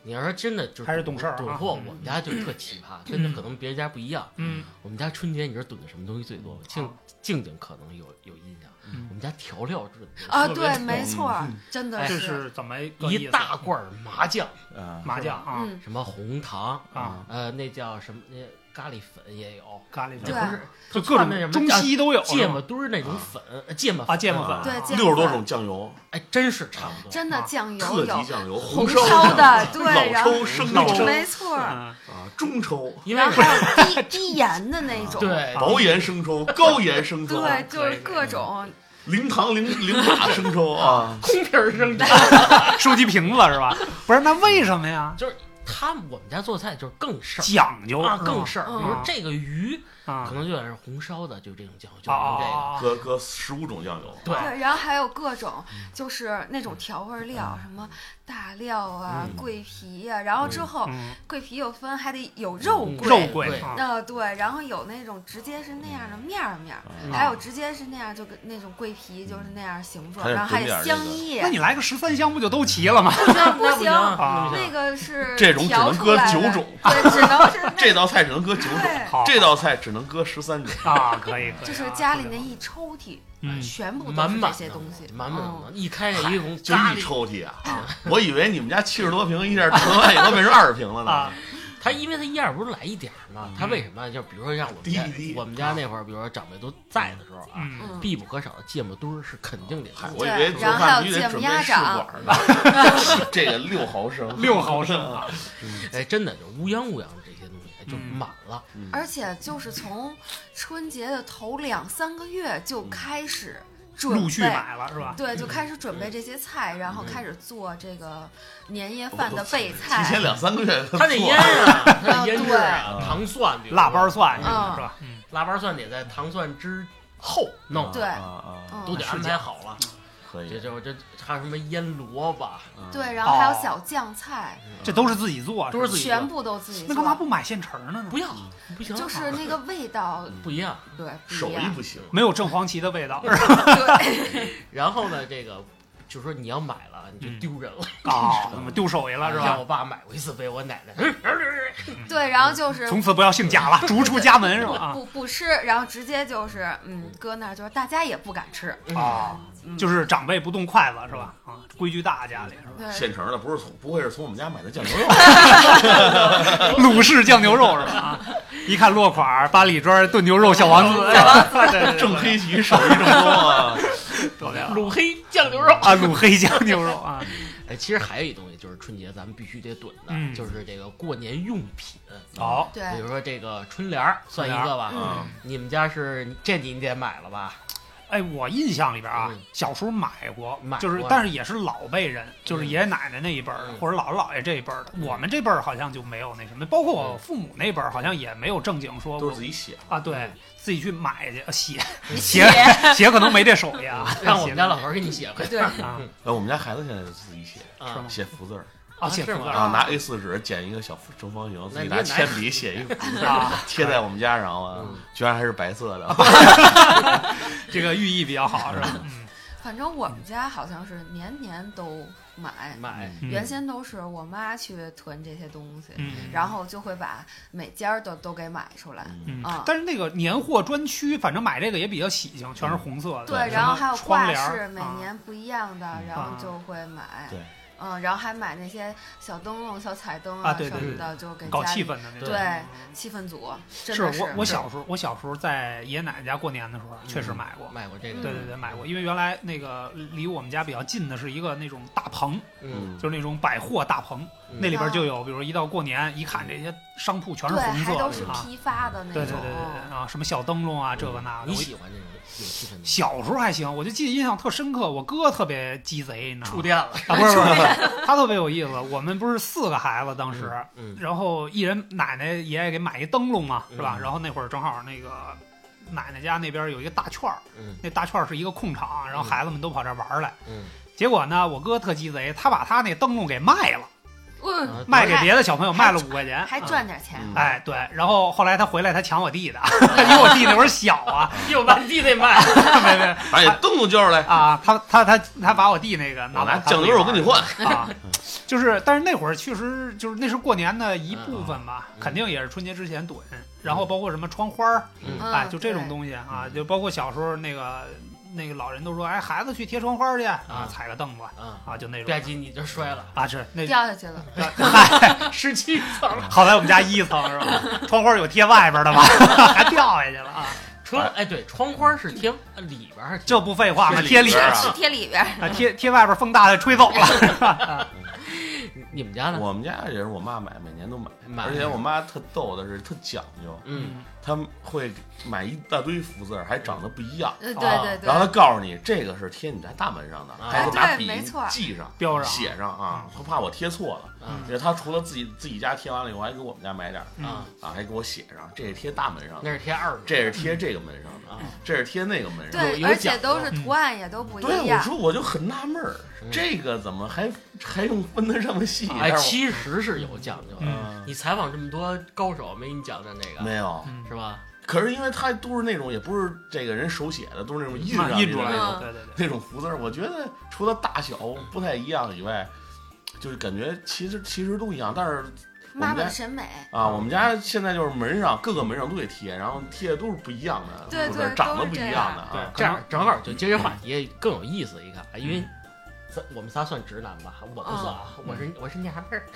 S3: 你要说真的，就是
S4: 还是懂事儿啊
S3: 懂货，
S4: 嗯
S3: 我们家就特奇葩，真的可能别人家不一样。
S4: 嗯，啊
S3: 我们家春节你知道炖的什么东西最多吗？静静静可能有有印象，
S4: 嗯
S3: 我们家调料炖的
S1: 啊，
S3: 特别嗯哎
S1: 对，没错儿，真的
S4: 这
S1: 是，
S4: 是怎么
S3: 多一大罐儿麻酱，
S2: 啊，
S4: 麻将啊
S1: 嗯，
S3: 什么红糖，
S4: 啊，
S3: 呃，那叫什么？那咖喱粉也有，
S4: 咖喱
S3: 这
S1: 对
S4: 酱
S3: 不是
S4: 就各
S3: 串那什
S4: 种
S3: 么
S4: 中
S3: 叫
S4: 西都有
S3: 芥末墩儿那种粉，呃芥末
S4: 啊，芥末
S2: 啊
S4: 粉
S1: 对芥
S2: 六十多种酱油，
S3: 哎，真是差不多。
S1: 真的酱油
S2: 特级
S1: 有
S2: 酱油，
S1: 红
S2: 烧
S1: 烧的，对，
S2: 老
S1: 然后
S2: 抽、生
S4: 老
S2: 抽
S4: 抽
S1: 没错儿，
S4: 啊，
S2: 啊，中抽、
S3: 嗯
S2: 啊
S3: 因为啊
S1: 然后还有 低低盐的那种，
S3: 对
S2: 薄盐生 抽、高盐生抽、
S1: 对，就
S3: 可
S1: 是
S3: 以，
S1: 各种
S2: 零糖零零卡生抽啊
S3: 空瓶儿生长，
S4: 收集瓶子是吧？ 不是，那为什么呀？
S3: 就是 他们我们家做菜就是更事儿
S4: 讲究
S3: 啊，
S4: 是吧
S3: 更事儿。
S1: 嗯
S3: 比如说这个鱼
S4: 啊
S3: 可能就得是红烧的，就这种酱油，就
S4: 啊
S3: 用这个。
S4: 啊
S2: 搁搁十五种酱油，
S3: 对，嗯
S1: 对，然后还有各种就是那种调味料，什么大料啊、
S3: 嗯
S1: 桂皮呀、然后之后
S4: 嗯
S1: 桂皮又分，还得有肉
S3: 嗯
S1: 桂，
S4: 肉桂
S3: 对
S4: 啊
S1: 呃对，然后有那种直接是那样的面儿面儿，
S2: 嗯
S1: 还有直接是那样就跟那种桂皮就是那样形状，
S2: 还有
S1: 然后还有
S2: 蹲点儿
S1: 香
S2: 那个
S1: 叶
S4: 那，你来个十三香不就都齐 了吗？
S1: 那不
S3: 那
S1: 行，
S4: 啊
S1: 那个是
S2: 这种只
S1: 调
S2: 能
S1: 出
S2: 搁
S1: 来
S2: 九
S1: 的
S2: 种，
S1: 对，只能是那
S2: 这道菜只能搁九种，
S1: 对，
S4: 好
S2: 这道菜只能搁十三种。
S4: 啊，可以，可以啊
S1: 就是家里那一抽屉
S4: 嗯
S1: 全部都
S3: 满
S1: 是这
S3: 满
S1: 些
S3: 的
S1: 东西，
S3: 满满
S1: 嗯
S3: 的，一开着一桶
S2: 就
S3: 咖
S2: 一
S3: 喱，
S2: 抽屉啊！ 我以为你们家七十多平，一下盛完以后变成二十平了
S4: 啊
S2: 呢。，
S3: 他因为他一样不是来一点儿嘛，他为什么就比如说像我们家
S2: 滴滴滴
S3: 我们家那会儿，比如说长辈都在的时候啊，
S4: 嗯，
S1: 嗯。
S3: 必不可少的芥末墩儿是肯定得
S2: 嗨
S3: 做
S2: 啊我以
S3: 的。
S2: 为做饭必须得准备试管呢。 这个六毫升，
S4: 六毫升啊，
S3: 哎，真的就乌泱乌泱的这些东西就满了，
S2: 嗯
S1: 而且就是从春节的头两三个月就开始准备，
S4: 陆续买了是吧？
S1: 对，就开始准备这些菜，然后开始做这个年夜饭的备菜。
S4: 哎
S2: 提前两三个月
S3: 他那烟啊，他那腌制啊，
S2: 对
S3: 糖蒜，比如说
S4: 腊八蒜是
S1: 嗯
S4: 吧？嗯
S3: 腊八蒜得在糖蒜之后弄，
S1: 对
S2: 啊啊，
S4: 哦
S1: 嗯
S3: 都得安排好了。
S2: 可
S3: 这
S2: 以。啊
S3: 这这还有什么腌萝卜，
S1: 对，然后还
S4: 哦
S1: 有小酱菜，
S4: 这都是自己做，啊
S3: 都是自己做
S1: 全部都自己做。
S4: 那干嘛不买现成的呢
S3: 不？要不行，
S1: 嗯
S3: 啊
S1: 就
S3: 嗯
S1: 是那个味道，
S3: 不一样。
S1: 对，不
S2: 手
S1: 一
S2: 艺
S1: 样。
S2: 不行，
S4: 没有 正黄旗的味道
S1: 对，
S3: 然后呢，这个就说你要买了，你就丢人了。
S4: 啊，怎么丢手艺了是
S3: 像
S4: 吧
S3: 我？爸买过一次被我奶奶，嗯
S1: 对，然后就是
S4: 从此啊不要姓贾了，逐出家门是吧？
S1: 不不吃，然后直接就是嗯，搁那儿就是大家也不敢吃。
S3: 嗯
S4: 啊啊，就是长辈不动筷子是吧？啊，规矩大家里是吧？
S1: 对，
S2: 现成的，不是从不会是从我们家买的酱 牛肉。
S3: 嗯
S4: 鲁氏酱牛肉是吧？啊，一看落款儿，八里庄炖牛肉小王子， 对
S2: 正黑旗手艺正宗 啊！
S4: 对对
S3: 嗯卤黑酱牛肉。
S4: 啊，卤黑酱牛肉 啊，
S3: 哎，其实还有一东西就是春节咱们必须得囤
S4: 嗯啊
S3: 的，就是这个过年用品。
S4: 好，
S1: 对，
S3: 比如说这个春联儿算一个吧，你们家是这你得买了吧？
S4: 哎，我印象里边啊
S3: 嗯，
S4: 小时候买过
S3: 买，过
S4: 就是但是也是老辈人，就是
S3: 嗯
S4: 爷爷奶奶那一辈儿
S3: 嗯
S4: 或者姥姥姥爷这一辈儿的。我们这辈儿好像就没有那什么，包括
S3: 嗯
S4: 我父母那辈儿好像也没有正经说
S2: 都
S4: 过
S2: 是自己写的，
S4: 啊，对自己去买去呃写
S1: 你
S4: 写 写可能没这手艺啊，
S3: 让我们家老头儿给你写回去
S1: 对，
S4: 啊
S2: 哎，我们家孩子现在就自己写，
S4: 是
S3: 嗯 啊
S4: 吗。
S2: 写福字儿，
S4: 啊写
S3: 是
S4: 字
S3: 吗
S2: 然后
S4: 儿
S2: 拿 A 4纸剪一个小正方形，自己拿铅笔写一个福字儿，
S4: 啊，
S2: 贴在我们家上啊，居然还是白色的。
S4: 这个寓意比较好是吧？嗯
S1: 反正我们家好像是年年都买，
S3: 买
S4: 嗯
S1: 原先都是我妈去囤这些东西，
S4: 嗯
S1: 然后就会把每家儿都都给买出来。
S4: 嗯
S1: 啊，
S4: 但是那个年货专区，反正买这个也比较喜庆，
S3: 嗯
S4: 全是红色的。
S1: 对，
S4: 什
S1: 然后
S4: 么
S1: 还有
S4: 窗
S1: 挂
S4: 帘儿
S1: 饰，每
S4: 啊
S1: 年不一样的，然后
S4: 啊
S1: 就会买。
S2: 对
S1: 嗯，然后还买那些小灯笼、小彩灯
S4: 啊对
S1: 什
S4: 对
S1: 么的，就给
S4: 搞
S1: 家
S4: 气
S1: 里
S4: 氛的那种。嗯
S1: 对气氛组，真
S4: 是
S1: 的
S4: 我我
S1: 是
S4: 小时候，我小时候在爷爷奶奶家过年的时候，确
S3: 嗯
S4: 实买过。
S3: 卖过
S1: 嗯
S3: 这个，
S4: 对对对，买过，因为原来那个离我们家比较近的是一个那种大棚，
S3: 嗯，
S2: 嗯，
S4: 就是那种百货大棚，
S3: 嗯
S4: 那里边就有，比如一到过年，一看这些商铺全是
S1: 啊对，
S4: 红
S1: 还
S4: 色
S1: 都是
S4: 的啊，
S1: 批发的那
S4: 对对
S1: 种哦嗯
S4: 对对，对啊，什么小灯笼啊，这个那个。
S3: 嗯你
S4: 我
S3: 喜欢这种有气氛 的吗？
S4: 小时候还行，我就记得印象特深刻，我哥特别鸡贼，你知道
S3: 触
S4: 吗？
S3: 电了，
S4: 啊，不是不是，不是他特别有意思。我们不是四个孩子，当时，
S3: 嗯，
S4: 然后一人奶奶爷爷给买一灯笼嘛，是吧？
S3: 嗯
S4: 然后那会儿正好那个奶奶家那边有一个大圈儿，
S3: 嗯
S4: 那大圈儿是一个空场，然后孩子们都跑这儿玩儿来。
S3: 嗯
S4: 结果呢，我哥特鸡贼，他把他那灯笼给卖了，
S1: 嗯，
S3: 啊
S4: 卖给别的小朋友，卖了五块钱，
S1: 还赚点钱，
S2: 嗯
S4: 啊哎，对，然后后来他回来，他抢我 弟的，因为我弟那会儿小啊，
S3: 又把地得卖，
S4: 没没
S2: 把你灯笼交出来，
S4: 啊，他他他他把我弟那个拿
S2: 我拿
S4: 来
S2: 酱油我跟你换。
S4: 啊，就是，但是那会儿确实就是那是过年的一部分吧，
S3: 嗯
S4: 肯定也是春节之前囤，然后包括什么窗花儿，
S1: 嗯
S4: 哎，就这种
S1: 对
S4: 东西啊，
S2: 嗯
S4: 就包括小时候那个那个老人都说，哎，孩子去贴窗花去啊
S3: 啊，
S4: 踩个凳子
S3: 啊，
S4: 啊，就那
S3: 吧
S4: 种
S3: 唧你就摔 了，
S4: 啊，是那
S1: 掉下去 了，
S3: 十七层，
S4: 好在我们家一层是吧？窗花有贴外边的吗？还掉下去了啊，
S3: 窗哎对，窗花是贴里边儿，
S4: 这不废话吗？
S2: 是
S4: 贴
S2: 里
S4: 里
S2: 边
S4: 边
S2: 啊
S1: 是贴里边儿，
S4: 啊，贴贴外边风大的吹走了是吧？啊
S3: 你你们家呢？
S2: 我们家也是我妈买，每年都买，
S3: 啊买
S2: 而且我妈特逗的是特讲究，
S3: 嗯，
S2: 她会买一大堆福字儿，还长得不一样。
S1: 对
S4: 啊
S1: 对对
S2: 然后她
S1: 对，
S2: 告诉你，这个是贴你家大门上的，
S3: 啊
S2: 还得拿
S1: 哎
S2: 笔
S1: 对没错
S2: 记上、
S4: 标上
S2: 写上啊，她怕我贴错了。
S3: 啊
S2: 因为她除了自己自己家贴完了以后，还给我们家买点儿
S1: 嗯
S3: 啊，
S2: 啊，还给我写上，这是贴大门上的，
S3: 那是贴二楼，
S2: 这是贴这个门上的，
S1: 嗯
S3: 啊，
S2: 这是贴那个门上的。
S1: 对，
S3: 有
S1: 而
S3: 讲
S1: 且都
S3: 究
S4: 嗯
S1: 是图案也都不
S2: 对，
S1: 一
S2: 我
S1: 样，
S2: 说我就很纳闷儿
S3: 嗯，
S2: 这个怎么还还用分得上细？
S3: 哎，
S2: 但是
S3: 其实是有讲究
S2: 我
S3: 的。
S2: 嗯
S3: 你采访这么多高手，没给你讲讲这个，
S2: 没有，
S4: 嗯
S3: 是吧？
S2: 可是因为他都是那种也不是这个人手写的，都是那种印
S4: 嘛
S2: 上
S4: 印出来
S2: 的那
S4: 的，
S1: 嗯
S2: 种
S4: 对对 对，
S2: 那种福字儿。我觉得除了大小不太一样以外，就是感觉其实其实都一样，但是我
S1: 妈
S2: 们
S1: 妈
S2: 家
S1: 的审美，
S2: 啊，我们家现在就是门上各个门上都得贴，然后贴的都是不一样的，
S1: 对
S2: 不
S1: 对
S2: 是
S1: 都
S2: 长得
S1: 是
S2: 不一
S1: 这
S2: 样
S1: 样
S2: 的
S4: 对
S2: 啊。
S3: 这样正
S1: 嗯
S3: 好就接这话题更有意思一个，哎因为咱我们仨算直男吧，我不算啊，
S1: 哦
S3: 我
S1: 嗯
S3: 是我是娘们儿。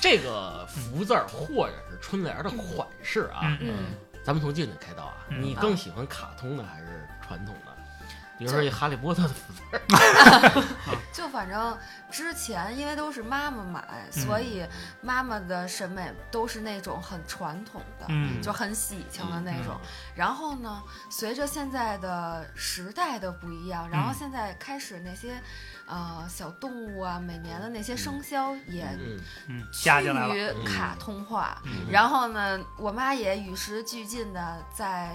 S3: 这个福字儿或者是春联儿的款式啊，
S4: 嗯
S1: 嗯，
S3: 咱们从近的开刀啊，
S4: 嗯
S3: 你更喜欢卡通的还是传统的？比如说这哈利波特的福字儿，
S1: 就反正之前因为都是妈妈买，所
S4: 嗯
S1: 以妈妈的审美都是那种很传统的，
S4: 嗯
S1: 就很喜庆的那种。
S2: 嗯
S1: 然后呢，随着现在的时代的不一样，
S4: 嗯
S1: 然后现在开始那些，呃，小动物啊，每年的那些生肖也
S3: 嗯，
S4: 嗯，
S1: 趋
S4: 加进来了，
S1: 于卡通化。
S4: 嗯
S1: 然后呢，我妈也与时俱进的在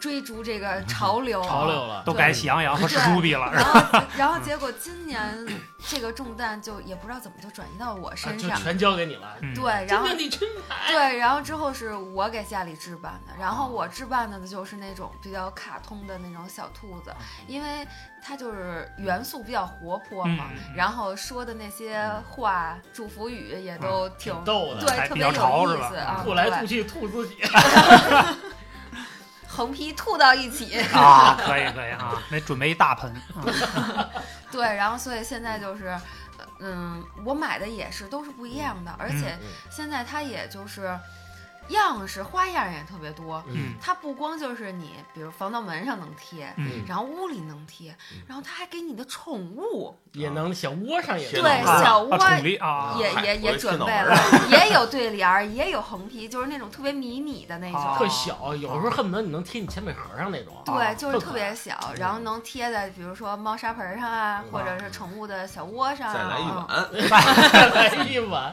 S1: 追逐这个潮 流，
S3: 潮流。
S1: 哦
S3: 了，
S4: 都改喜羊 羊和史努比了，是
S1: 然
S4: 吧？
S1: 后，然后结果今年这个重担就也不知道怎么就转移到我
S3: 啊
S1: 身
S3: 就
S1: 上，
S3: 全交给你了。
S4: 嗯，
S1: 对，然
S3: 真
S1: 后
S3: 的，你去买。
S1: 对，然后之后是我给家里置办的，然后我置办的呢就是那种比较卡通的那种小兔子，因为它就是元素比较活泼
S4: 嗯
S1: 嘛，
S4: 嗯
S1: 然后说的那些话、祝福语也都挺、
S3: 挺逗的
S1: 对，
S4: 还
S1: 特
S4: 比
S1: 别
S4: 较
S1: 有
S4: 潮是
S1: 意
S4: 吧
S1: 思啊，
S3: 吐来
S1: 对
S3: 吐去吐自己，
S1: 横批吐到一起，
S4: 啊，可以可以啊，得准备一大盆，嗯
S1: 对，然后所以现在就是，呃嗯，我买的也是都是不一样的，而且
S3: 嗯
S1: 现在它也就是样式花样也特别多，
S4: 嗯
S1: 它不光就是你，比如防盗门上能贴，
S4: 嗯
S1: 然后屋里能贴，然后它还给你的宠物，
S3: 也能小窝上也
S2: 对
S3: 能
S1: 对
S4: 啊
S1: 小
S4: 啊
S1: 窝
S4: 宠力啊，
S1: 也
S2: 嗨
S1: 也
S2: 我
S1: 也
S2: 这
S1: 准
S2: 电脑
S1: 备
S2: 门
S1: 了，也有对联儿，也有横批，就是那种特别迷你的那
S4: 啊
S1: 种。
S3: 特小，有时候恨不得你能贴你铅笔盒上那种。
S1: 对，就是特
S3: 可
S1: 别
S3: 爱
S1: 小，然后能贴在比如说猫砂盆上啊，或者是宠物的小窝上啊。
S2: 再来一
S1: 嗯
S2: 碗，
S3: 来一 碗，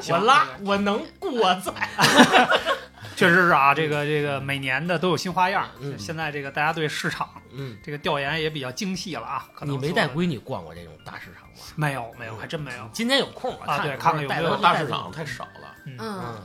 S4: 行
S3: 我拉，我能过载。
S4: 确实是啊，这个这个每年的都有新花样。
S3: 嗯
S4: 现在这个大家对市场
S3: 嗯，
S4: 这个调研也比较精细了啊，可能
S3: 你没
S4: 做
S3: 带
S4: 的
S3: 闺女逛过这种大市场吗？
S4: 没有没有，还真没有。
S3: 今天有空我
S4: 啊对
S3: 看
S4: 看看有没有
S3: 带
S2: 大市
S1: 哎
S2: 场。太少了，
S1: 嗯，
S3: 嗯，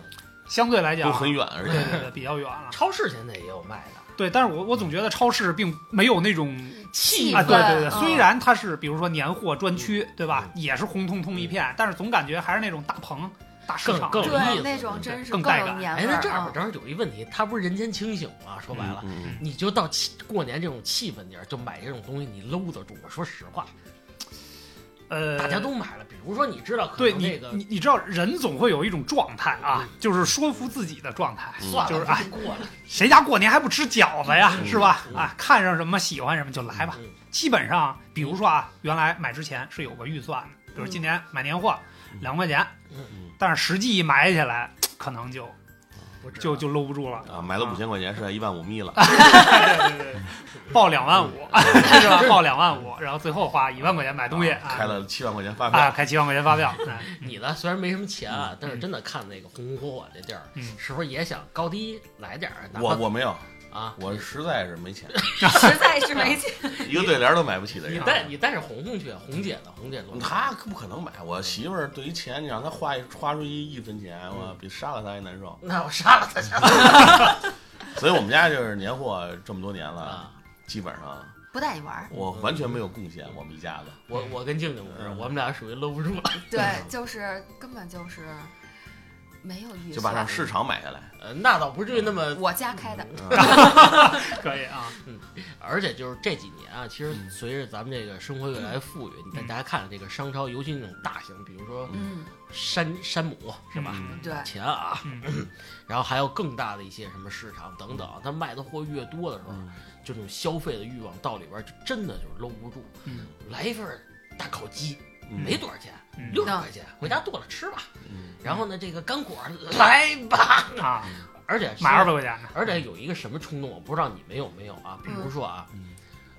S4: 相对来讲
S2: 都很，远，而
S4: 对
S2: 且嗯
S4: 对对，比较远了。
S3: 超市现在也有卖的。
S4: 对，但是我我总觉得超市并没有那种
S1: 气
S4: 啊，
S1: 氛。
S4: 对对对，
S1: 嗯
S4: 虽然它是比如说年货专区，对吧，
S3: 嗯
S4: 也是红彤彤一片，但是总感觉还是那种大棚大市
S3: 更
S4: 场，
S3: 嗯更有意
S1: 对
S3: 思
S1: 那种真是
S4: 更带
S1: 有
S4: 感
S1: 年
S3: 哎，
S1: 味
S3: 那
S1: 儿
S3: 这样
S1: 嗯
S3: 正好有一问题，它不是人间清醒吗？说白了。
S2: 嗯嗯
S3: 你就到气过年这种气氛地儿，就买这种东西，你搂得住。我说实话，
S4: 呃，
S3: 大家都买了。比如说，你知道可
S4: 对
S3: 能
S4: 你
S3: 这个嗯
S4: 你你知道人总会有一种状态啊，就是说服自己的状态，
S3: 算了，
S4: 就是
S3: 这
S4: 哎，
S3: 过了，
S4: 谁家过年还不吃饺子呀，
S3: 嗯
S4: 是吧？
S3: 嗯
S4: 啊，看上什么喜欢什么就来吧。
S3: 嗯
S4: 基本上，比如说啊，原来买之前是有个预算的，比如今年买年货
S2: 嗯
S4: 两块钱
S3: 嗯
S2: 嗯，
S4: 但是实际买起来可能就
S3: 不知道
S4: 就就搂不住了，
S2: 啊，买了五千块钱，剩下一万五密了。
S4: 啊对对对， 报两万五 是吧？报两万五，然后最后花一万块钱买东西，
S2: 啊开了七万块钱发
S4: 啊
S2: 票，
S4: 啊，开七万块钱发票，哎
S3: 你呢，虽然没什么钱啊，但是真的看那个红红火火这地儿，
S4: 嗯
S3: 是不是也想高低来点儿？哪怕
S2: 我我没有，
S3: 啊，
S2: 我实在是没钱，
S1: 实在是没钱。
S2: 一个对联都买不起的
S3: 你
S2: 人。啊
S3: 带你带着红红去，红姐呢？红姐多
S2: 他不可能买，我媳妇儿对于钱，你让她花一花出一一分钱，我比杀了她还难受。
S3: 那我杀了他去
S2: 所以我们家就是年货这么多年了，
S3: 啊！
S2: 基本上
S1: 不带你玩儿，
S2: 我完全没有贡献，我们一家子。
S3: 我我跟静静不
S2: 嗯
S3: 是，我们俩属于搂不住了。
S1: 对，就是根本就是没有预算，
S2: 就把上市场买下来。
S3: 呃，那倒不至于那么，
S1: 我家开的，
S2: 嗯
S4: 可以啊，
S3: 而且就是这几年啊，其实
S2: 嗯
S3: 随着咱们这个生活越来越富裕，你看
S4: 嗯
S3: 大家看这个商超，尤其那种大型，比如说
S1: 嗯，
S3: 山山姆是吧？
S2: 嗯
S1: 对，
S3: 钱啊，
S4: 嗯，
S3: 然后还有更大的一些什么市场等等，它卖的货越多的时候，
S2: 嗯
S3: 就这种消费的欲望到里边儿就真的就是搂不住。
S4: 嗯
S3: 来一份儿大烤鸡，
S2: 嗯
S3: 没多少钱，
S4: 嗯
S3: 六十块钱，回家剁了吃吧。
S2: 嗯
S3: 然后呢，这个干果儿来吧，
S4: 啊，
S3: 而且是
S4: 买二百。块钱的，
S3: 而且有一个什么冲动，我不知道你们有没有啊？比如说啊，
S2: 嗯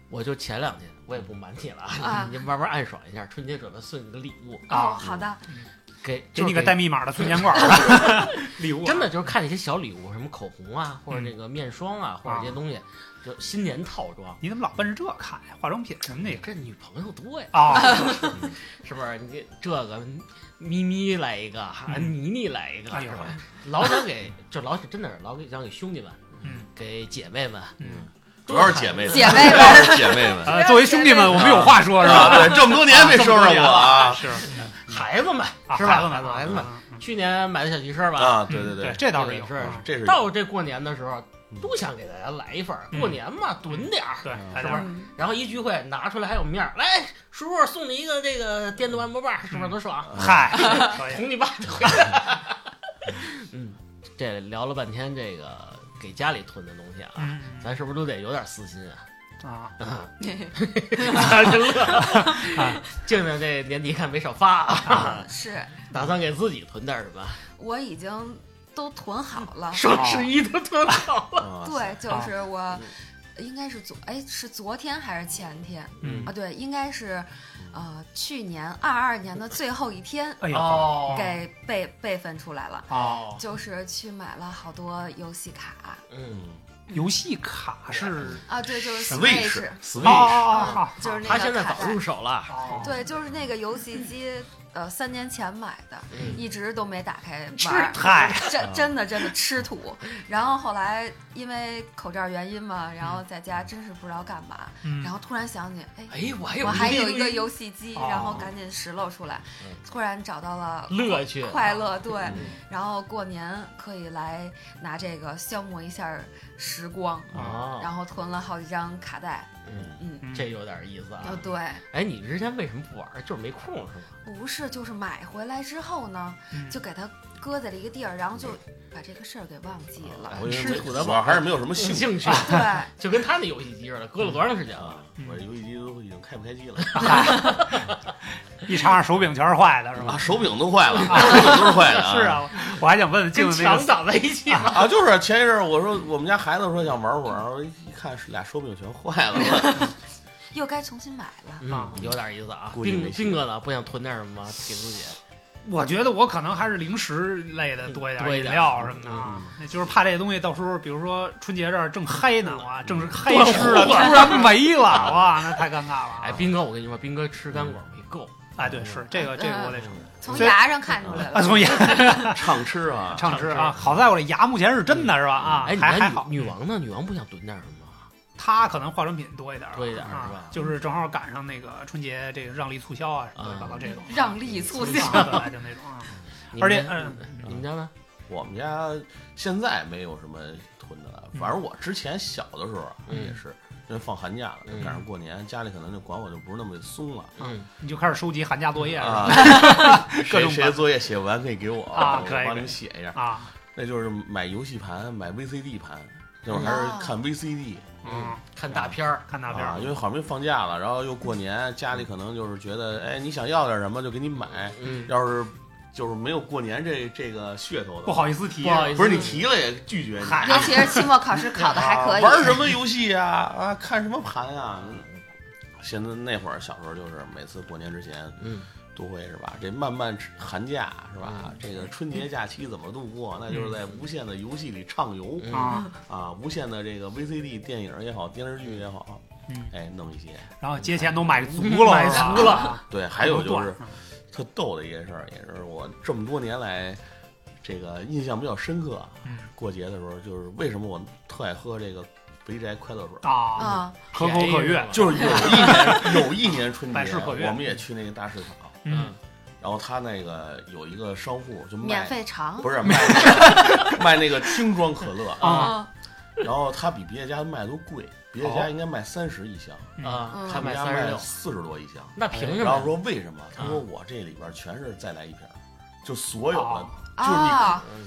S3: 我就前两天我也不瞒你了
S1: 啊
S3: 你慢慢暗爽一下，春节准备送你个礼物，
S1: 哦，
S4: 啊
S1: 好的，
S3: 给
S4: 给你
S3: 就
S4: 个
S3: 是
S4: 带密码的存钱罐儿，礼物啊
S3: 真的就是看那些小礼物，什么口红啊，
S4: 嗯
S3: 或者这个面霜啊，或者这些东西，就新年套装。
S4: 你怎么老奔着这看呀？化妆品什么 的也
S3: 这女朋友多呀，
S4: 啊，
S3: 是不是？你这这个咪咪来一个，啊
S4: 嗯
S3: 妮妮来一个，
S4: 哎
S3: 是
S4: 呦
S3: 吧？老想给，就老想真的是老给想给兄弟们，
S4: 嗯
S3: 给姐妹们，
S4: 嗯，
S2: 主要是姐妹们，
S1: 姐妹
S2: 主
S1: 们
S2: 要是姐妹们，
S4: 呃，作为兄弟们，我们有话说，
S2: 是
S4: 是吧？
S2: 吧？对，这么多年没收拾我 啊，
S4: 是
S3: 孩子们，
S4: 啊
S3: 是吧？
S4: 孩子们，
S3: 孩子们，
S4: 嗯，嗯
S3: 去年买的小汽车吧，
S2: 啊，对对
S4: 对，，这倒是有
S3: 这个是
S4: 啊
S2: 这是
S3: 到这过年的时候
S2: 嗯，
S3: 都想给大家来一份儿。
S4: 嗯
S3: 过年嘛，囤点儿。
S4: 对，
S2: 嗯
S4: 大
S3: 是不
S4: 家
S3: 是
S1: 嗯
S3: 然后一聚会拿出来还有面儿，来，叔叔送你一个这个电动按摩棒，是不是
S4: 嗯哎
S3: 多爽？
S4: 嗨，可以，
S3: 哄你爸就回来。嗯，这聊了半天这个给家里囤的东西啊，
S4: 嗯
S3: 咱是不是都得有点私心啊？
S4: 啊，
S3: 静静啊这年底看没少发啊，
S1: 嗯 是
S3: 打算给自己囤点什么？
S1: 我已经都囤好了，
S3: 双十一都囤好了。
S2: 啊，
S1: 对，就是我
S3: 嗯。
S1: 应该是昨哎是昨天还是前天
S4: 嗯
S1: 啊？，对，应该是，呃，去年二二年的最后一天
S4: 哎呦，
S3: 哦
S1: 给备备份出来了，
S4: 哦，
S1: 就是去买了好多游戏卡
S3: 嗯，
S2: 嗯
S4: 游戏卡是
S1: 啊，对，就是
S2: ，Switch
S1: Switch，
S2: Switch，
S3: 啊
S4: 哦哦哦，
S1: 就是那个
S3: 哎他现在
S1: 卡
S3: 早
S1: 带
S3: 入手了。
S4: 哦，
S1: 对，就是那个游戏机，呃，三年前买的，
S3: 嗯，
S1: 一直都没打开
S4: 吃
S1: 玩儿。
S4: 嗨，
S3: 啊
S1: 真真的真的吃土，然后后来因为口罩原因嘛，然后在家真是不知道干嘛，
S4: 嗯
S1: 然后突然想起，哎，
S3: 哎，我还有
S1: 我还有
S3: 一
S1: 一个游戏机，
S4: 哦
S1: 然后赶紧拾掇出来
S3: 嗯，
S1: 突然找到了
S3: 乐趣
S1: 快乐，对
S3: 嗯，
S1: 然后过年可以来拿这个消磨一下时光，
S3: 啊，
S1: 然后囤了好几张卡带，
S3: 嗯，
S1: 嗯，
S4: 嗯
S3: 这有点意思
S1: 哦
S3: 啊。
S1: 对，
S3: 哎，你之前为什么不玩？就是没空是吗？
S1: 不是，就是买回来之后呢，
S4: 嗯
S1: 就给它搁在了一个地儿，然后就把这个事儿给忘记了。
S2: 嗯我以为
S3: 吃
S2: 没
S3: 土的
S2: 主要还是没有什
S1: 嗯
S2: 么兴趣。
S3: 兴趣，
S1: 对，
S3: 就跟他那游戏机似的，搁了多长时间了？
S2: 啊，我这游戏机都已经开不开机了
S4: 一插上手柄全是坏的，是
S2: 啊，
S4: 吧？
S2: 手柄都 坏了，手柄都是坏的啊。
S4: 嗯是啊，我还想问
S3: 跟
S4: 问静静那
S3: 墙
S4: 个
S3: 长在一起了。
S2: 啊，就是前一阵儿我说我们家孩子说想玩会儿，我一看是俩手柄全坏 了，
S1: 又该重新买了。
S3: 嗯，有点意思啊。
S2: 估计
S3: 斌
S2: 没戏
S3: 斌哥呢？不想囤点什么吗？给自己
S4: 我觉得我可能还是零食类的多一点，
S3: 多一
S4: 饮
S3: 点嗯
S4: 料什么的啊，那就是怕这东西到时候，比如说春节这儿正嗨呢，哇，正是嗨吃了，
S3: 断货了
S4: 突然没了，哇，那太尴尬了啊。
S3: 哎，斌哥，我跟你说，斌哥吃干果没够，
S4: 哎，对，是这个，这个我得承认。
S1: 从
S4: 所以
S1: 牙上看出来
S4: 啊，
S1: 了，
S4: 从牙
S2: 畅吃啊，
S4: 畅吃啊，
S3: 畅
S4: 好在我这牙目前是真的，是吧？啊，
S3: 哎，你
S4: 还还
S3: 看
S4: 好，
S3: 女女王呢？女王不想囤点什么？
S4: 他可能化妆品多一点儿啊，
S3: 多一点儿
S4: 啊
S3: 是吧
S4: 就是正好赶上那个春节这个让利促销啊什
S3: 啊
S4: 么的，搞搞这种
S1: 让利促销。
S4: 啊对就那种啊，
S3: 你
S4: 而且
S3: 们
S4: 嗯
S3: 你们家呢？
S2: 我们家现在没有什么囤的了。反正我之前小的时候啊
S3: 嗯
S2: 也是，因为放寒假了
S3: 嗯，
S2: 赶上过年，家里可能就管我就不是那么松了
S3: 嗯，
S4: 你就开始收集寒假作业是吧？
S2: 啊。
S4: 各
S2: 谁
S4: 种
S2: 谁作业写完可以给我，
S4: 啊
S2: 我
S4: 可以
S2: 帮
S4: 可
S2: 你
S4: 以
S2: 写一下。
S4: 啊，
S2: 那就是买游戏盘，买 VCD 盘，就是还是看 VCD
S4: 嗯，
S3: 看大片儿，
S4: 看大片
S2: 啊，
S4: 儿
S2: 因为好不容易放假了，然后又过年，家里可能就是觉得，哎，你想要点什么就给你买，
S3: 嗯，
S2: 要是就是没有过年这这个噱头的，
S4: 不，好意思提，
S3: 不好意思
S2: 不是你提了也拒绝你，
S4: 嗨
S1: 尤其是期末考试考的还 可以，
S2: 啊玩什么游戏呀？啊，看什么盘啊？现在那会儿小时候就是每次过年之前
S3: 嗯，
S2: 都会是吧？这漫漫寒假是
S4: 嗯
S2: 吧？这个春节假期怎么度过？那就是在无限的游戏里畅游
S3: 嗯
S4: 啊，
S2: 啊，无限的这个 VCD 电影也好，电视剧也好，
S4: 嗯，
S2: 哎，弄一些。
S4: 然后节前都买足
S3: 嗯
S4: 了，买是吧
S3: 足了
S4: 啊
S2: 对，还有
S4: 都
S2: 就
S4: 断
S2: 是特逗的一件事儿，也是我这么多年来这个印象比较深刻啊。
S4: 嗯
S2: 过节的时候，就是为什么我特爱喝这个肥宅快乐水儿？
S4: 啊，
S1: 啊，
S4: 可口可
S3: 哎
S4: 乐，
S2: 就是有一年有一年春
S4: 百
S2: 节，
S4: 事可乐
S2: 我们也去那个大市场，
S3: 嗯，
S4: 嗯
S2: 然后他那个有一个商户就卖
S1: 免费尝
S2: 不是卖那个卖那个听装可乐，
S4: 啊，
S1: 啊，
S2: 然后他比别的家卖的都贵，别的
S4: 哦
S2: 家应该卖三十一箱，
S3: 啊，
S1: 嗯
S2: 他
S3: 他
S2: 们
S3: 卖
S2: 家
S3: 三十
S2: 卖
S3: 六，
S2: 四十多一箱。哎
S3: 那凭什
S2: 然后
S3: 么？啊
S2: 说为什么？他说我这里边全是再来一瓶儿，就所有的
S4: 哦
S2: 就是你
S1: 啊，
S3: 嗯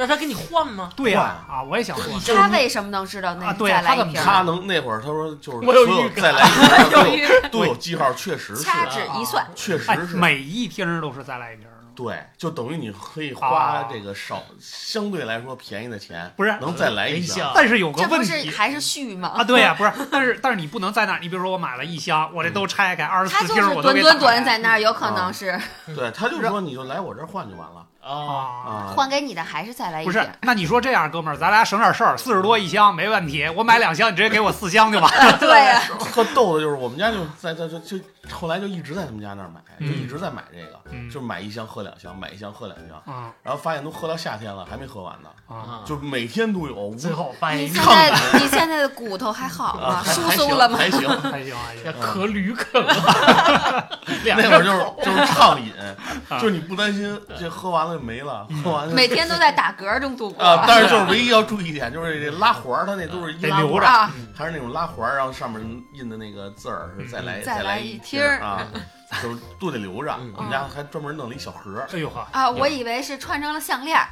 S3: 那他给你换吗？
S4: 对呀，
S2: 哇
S4: 啊，我也想说，
S1: 他为什么能知道
S4: 啊
S1: 那
S4: 对
S1: 再来
S4: 他
S1: 一
S4: 怎么
S1: 瓶儿？
S2: 他能那会儿他说就是
S3: 我有
S2: 所
S3: 预感
S2: 再来一瓶儿都 有
S1: 豫
S2: 都有记号，确
S4: 啊
S2: 实是
S1: 掐指一算，
S2: 确
S4: 哎
S2: 实，是
S4: 每一听都是再来一瓶儿，
S2: 对，就等于你可以
S4: 啊
S2: 花这个少相对来说便宜的钱，
S4: 不是
S2: 能再来一
S3: 一
S2: 箱。
S3: 箱，
S4: 但是有个
S1: 这
S4: 问
S1: 不是
S4: 题
S1: 还是续
S4: 啊，
S1: 吗？
S4: 对呀，不是，但是但是你不能在那儿，你比如说我买了一箱，我这都拆开二十
S1: 他
S4: 四
S1: 就
S4: 听
S1: 是
S4: 儿我都
S1: 蹲
S4: 给
S1: 蹲
S4: 打啊开
S1: 蹲在那儿，有可能是
S2: 对，他就说你就来我这儿换就完了
S3: 啊，
S4: 啊。
S2: 啊。
S1: 换给你的还是再来一
S4: 不
S1: 瓶
S4: 是
S1: 儿？，
S4: 那你说这样，哥们儿，咱俩省点事儿，四十多一箱没问题。我买两箱，你直接给我四箱就完 了。
S1: 对呀，
S2: 特逗的就是我们家就在在就就后来就一直在他们家那儿买，就
S4: 嗯
S2: 一直在买这个，
S4: 嗯
S2: 就是买一箱喝两箱，买一箱喝两箱，
S4: 啊
S2: 然后发现都喝到夏天了还没喝完呢，
S4: 啊！
S2: 就每天都有。
S3: 最后发现
S1: 你
S3: 一
S1: 现
S3: 哎看
S1: 在你现在的骨头还好
S2: 啊
S1: 吗？，
S2: 还
S1: 疏
S2: 还
S1: 松
S2: 行
S1: 了吗？
S2: 还 行。
S4: 还行还
S3: 这
S4: 行，
S3: 可驴可了，那
S2: 那会儿就是就是畅饮，就是你不担心这喝完了就没了，喝完了
S1: 每天都在打嗝中度过。
S2: 啊，但是就是唯一要注意一点，就是这拉环儿，它那都是一嗯
S4: 得
S2: 拉
S4: 留
S2: 环
S4: 着
S2: 儿，
S1: 啊，
S2: 还是那种拉环儿，然后上面印的那个字儿是再来
S1: 嗯再
S2: 来
S1: 来一
S2: 听
S1: 听儿
S2: 啊，就是都得留着
S3: 嗯。
S2: 我们家还专门弄了一小盒儿，
S4: 哎呦呵，
S1: 啊，我以为是穿成了项链儿，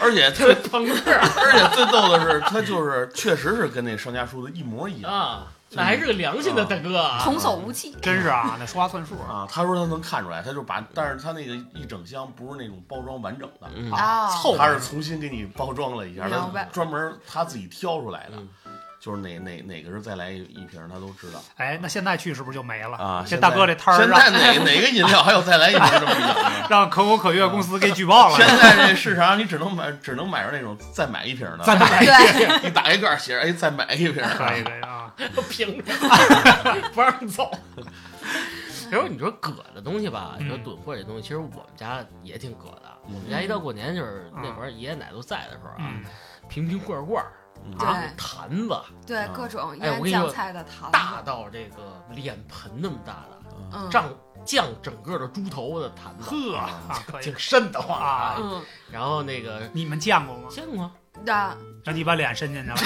S2: 而且特
S3: 特啊朋克
S2: 而且最逗的是，它就是确实是跟那商家说的一模一样
S3: 啊，那还是个良心的大哥啊，
S1: 童叟无欺。
S4: 真是啊，那说话算数啊。
S2: 啊。他说他能看出来，他就把，但是他那个一整箱不是那种包装完整的，
S3: 嗯
S1: 啊，
S2: 凑他是重新给你包装了一下，
S1: 明
S2: 他
S1: 白
S2: 专门他自己挑出来的
S3: 嗯，
S2: 就是哪哪哪个是再来一瓶，他都知道。
S4: 哎，那现在去是不是就没了
S2: 啊，
S4: 这
S2: 现
S4: 大
S2: 在
S4: 哥这摊儿
S2: 现
S4: 让
S2: 在哪哪个饮料还有再来一瓶这么讲 的？
S4: 让可口可乐公司给举报了
S2: 现。在这市场上你只能买，只能买着那种再买一瓶的。
S4: 再买 一
S1: 对，
S2: 你打开盖儿写着，哎，再买一瓶。
S4: 可以可以啊，
S3: 都平 着不让走。其实你说葛的东西吧，你说囤货这东西，其实我们家也挺葛的。我
S2: 嗯
S3: 们家一到过年，就是那会儿爷爷奶奶都在的时候啊
S4: 嗯，
S3: 瓶瓶罐罐儿
S1: 对
S3: 啊，坛子
S4: 哦
S1: 对
S2: 啊
S1: 各种
S3: 哎
S1: 腌
S3: 我跟你
S1: 酱
S3: 说
S1: 菜的糖，
S3: 大到这个脸盆那么大的，
S1: 嗯，
S3: 胀酱整个的猪头的坛子，
S4: 呵啊，可以
S3: 挺。瘆得慌
S4: 啊
S3: 啊。
S1: 嗯，
S3: 然后那个
S4: 你们见过吗？
S3: 见过
S1: 那
S4: 那你把脸伸进去 了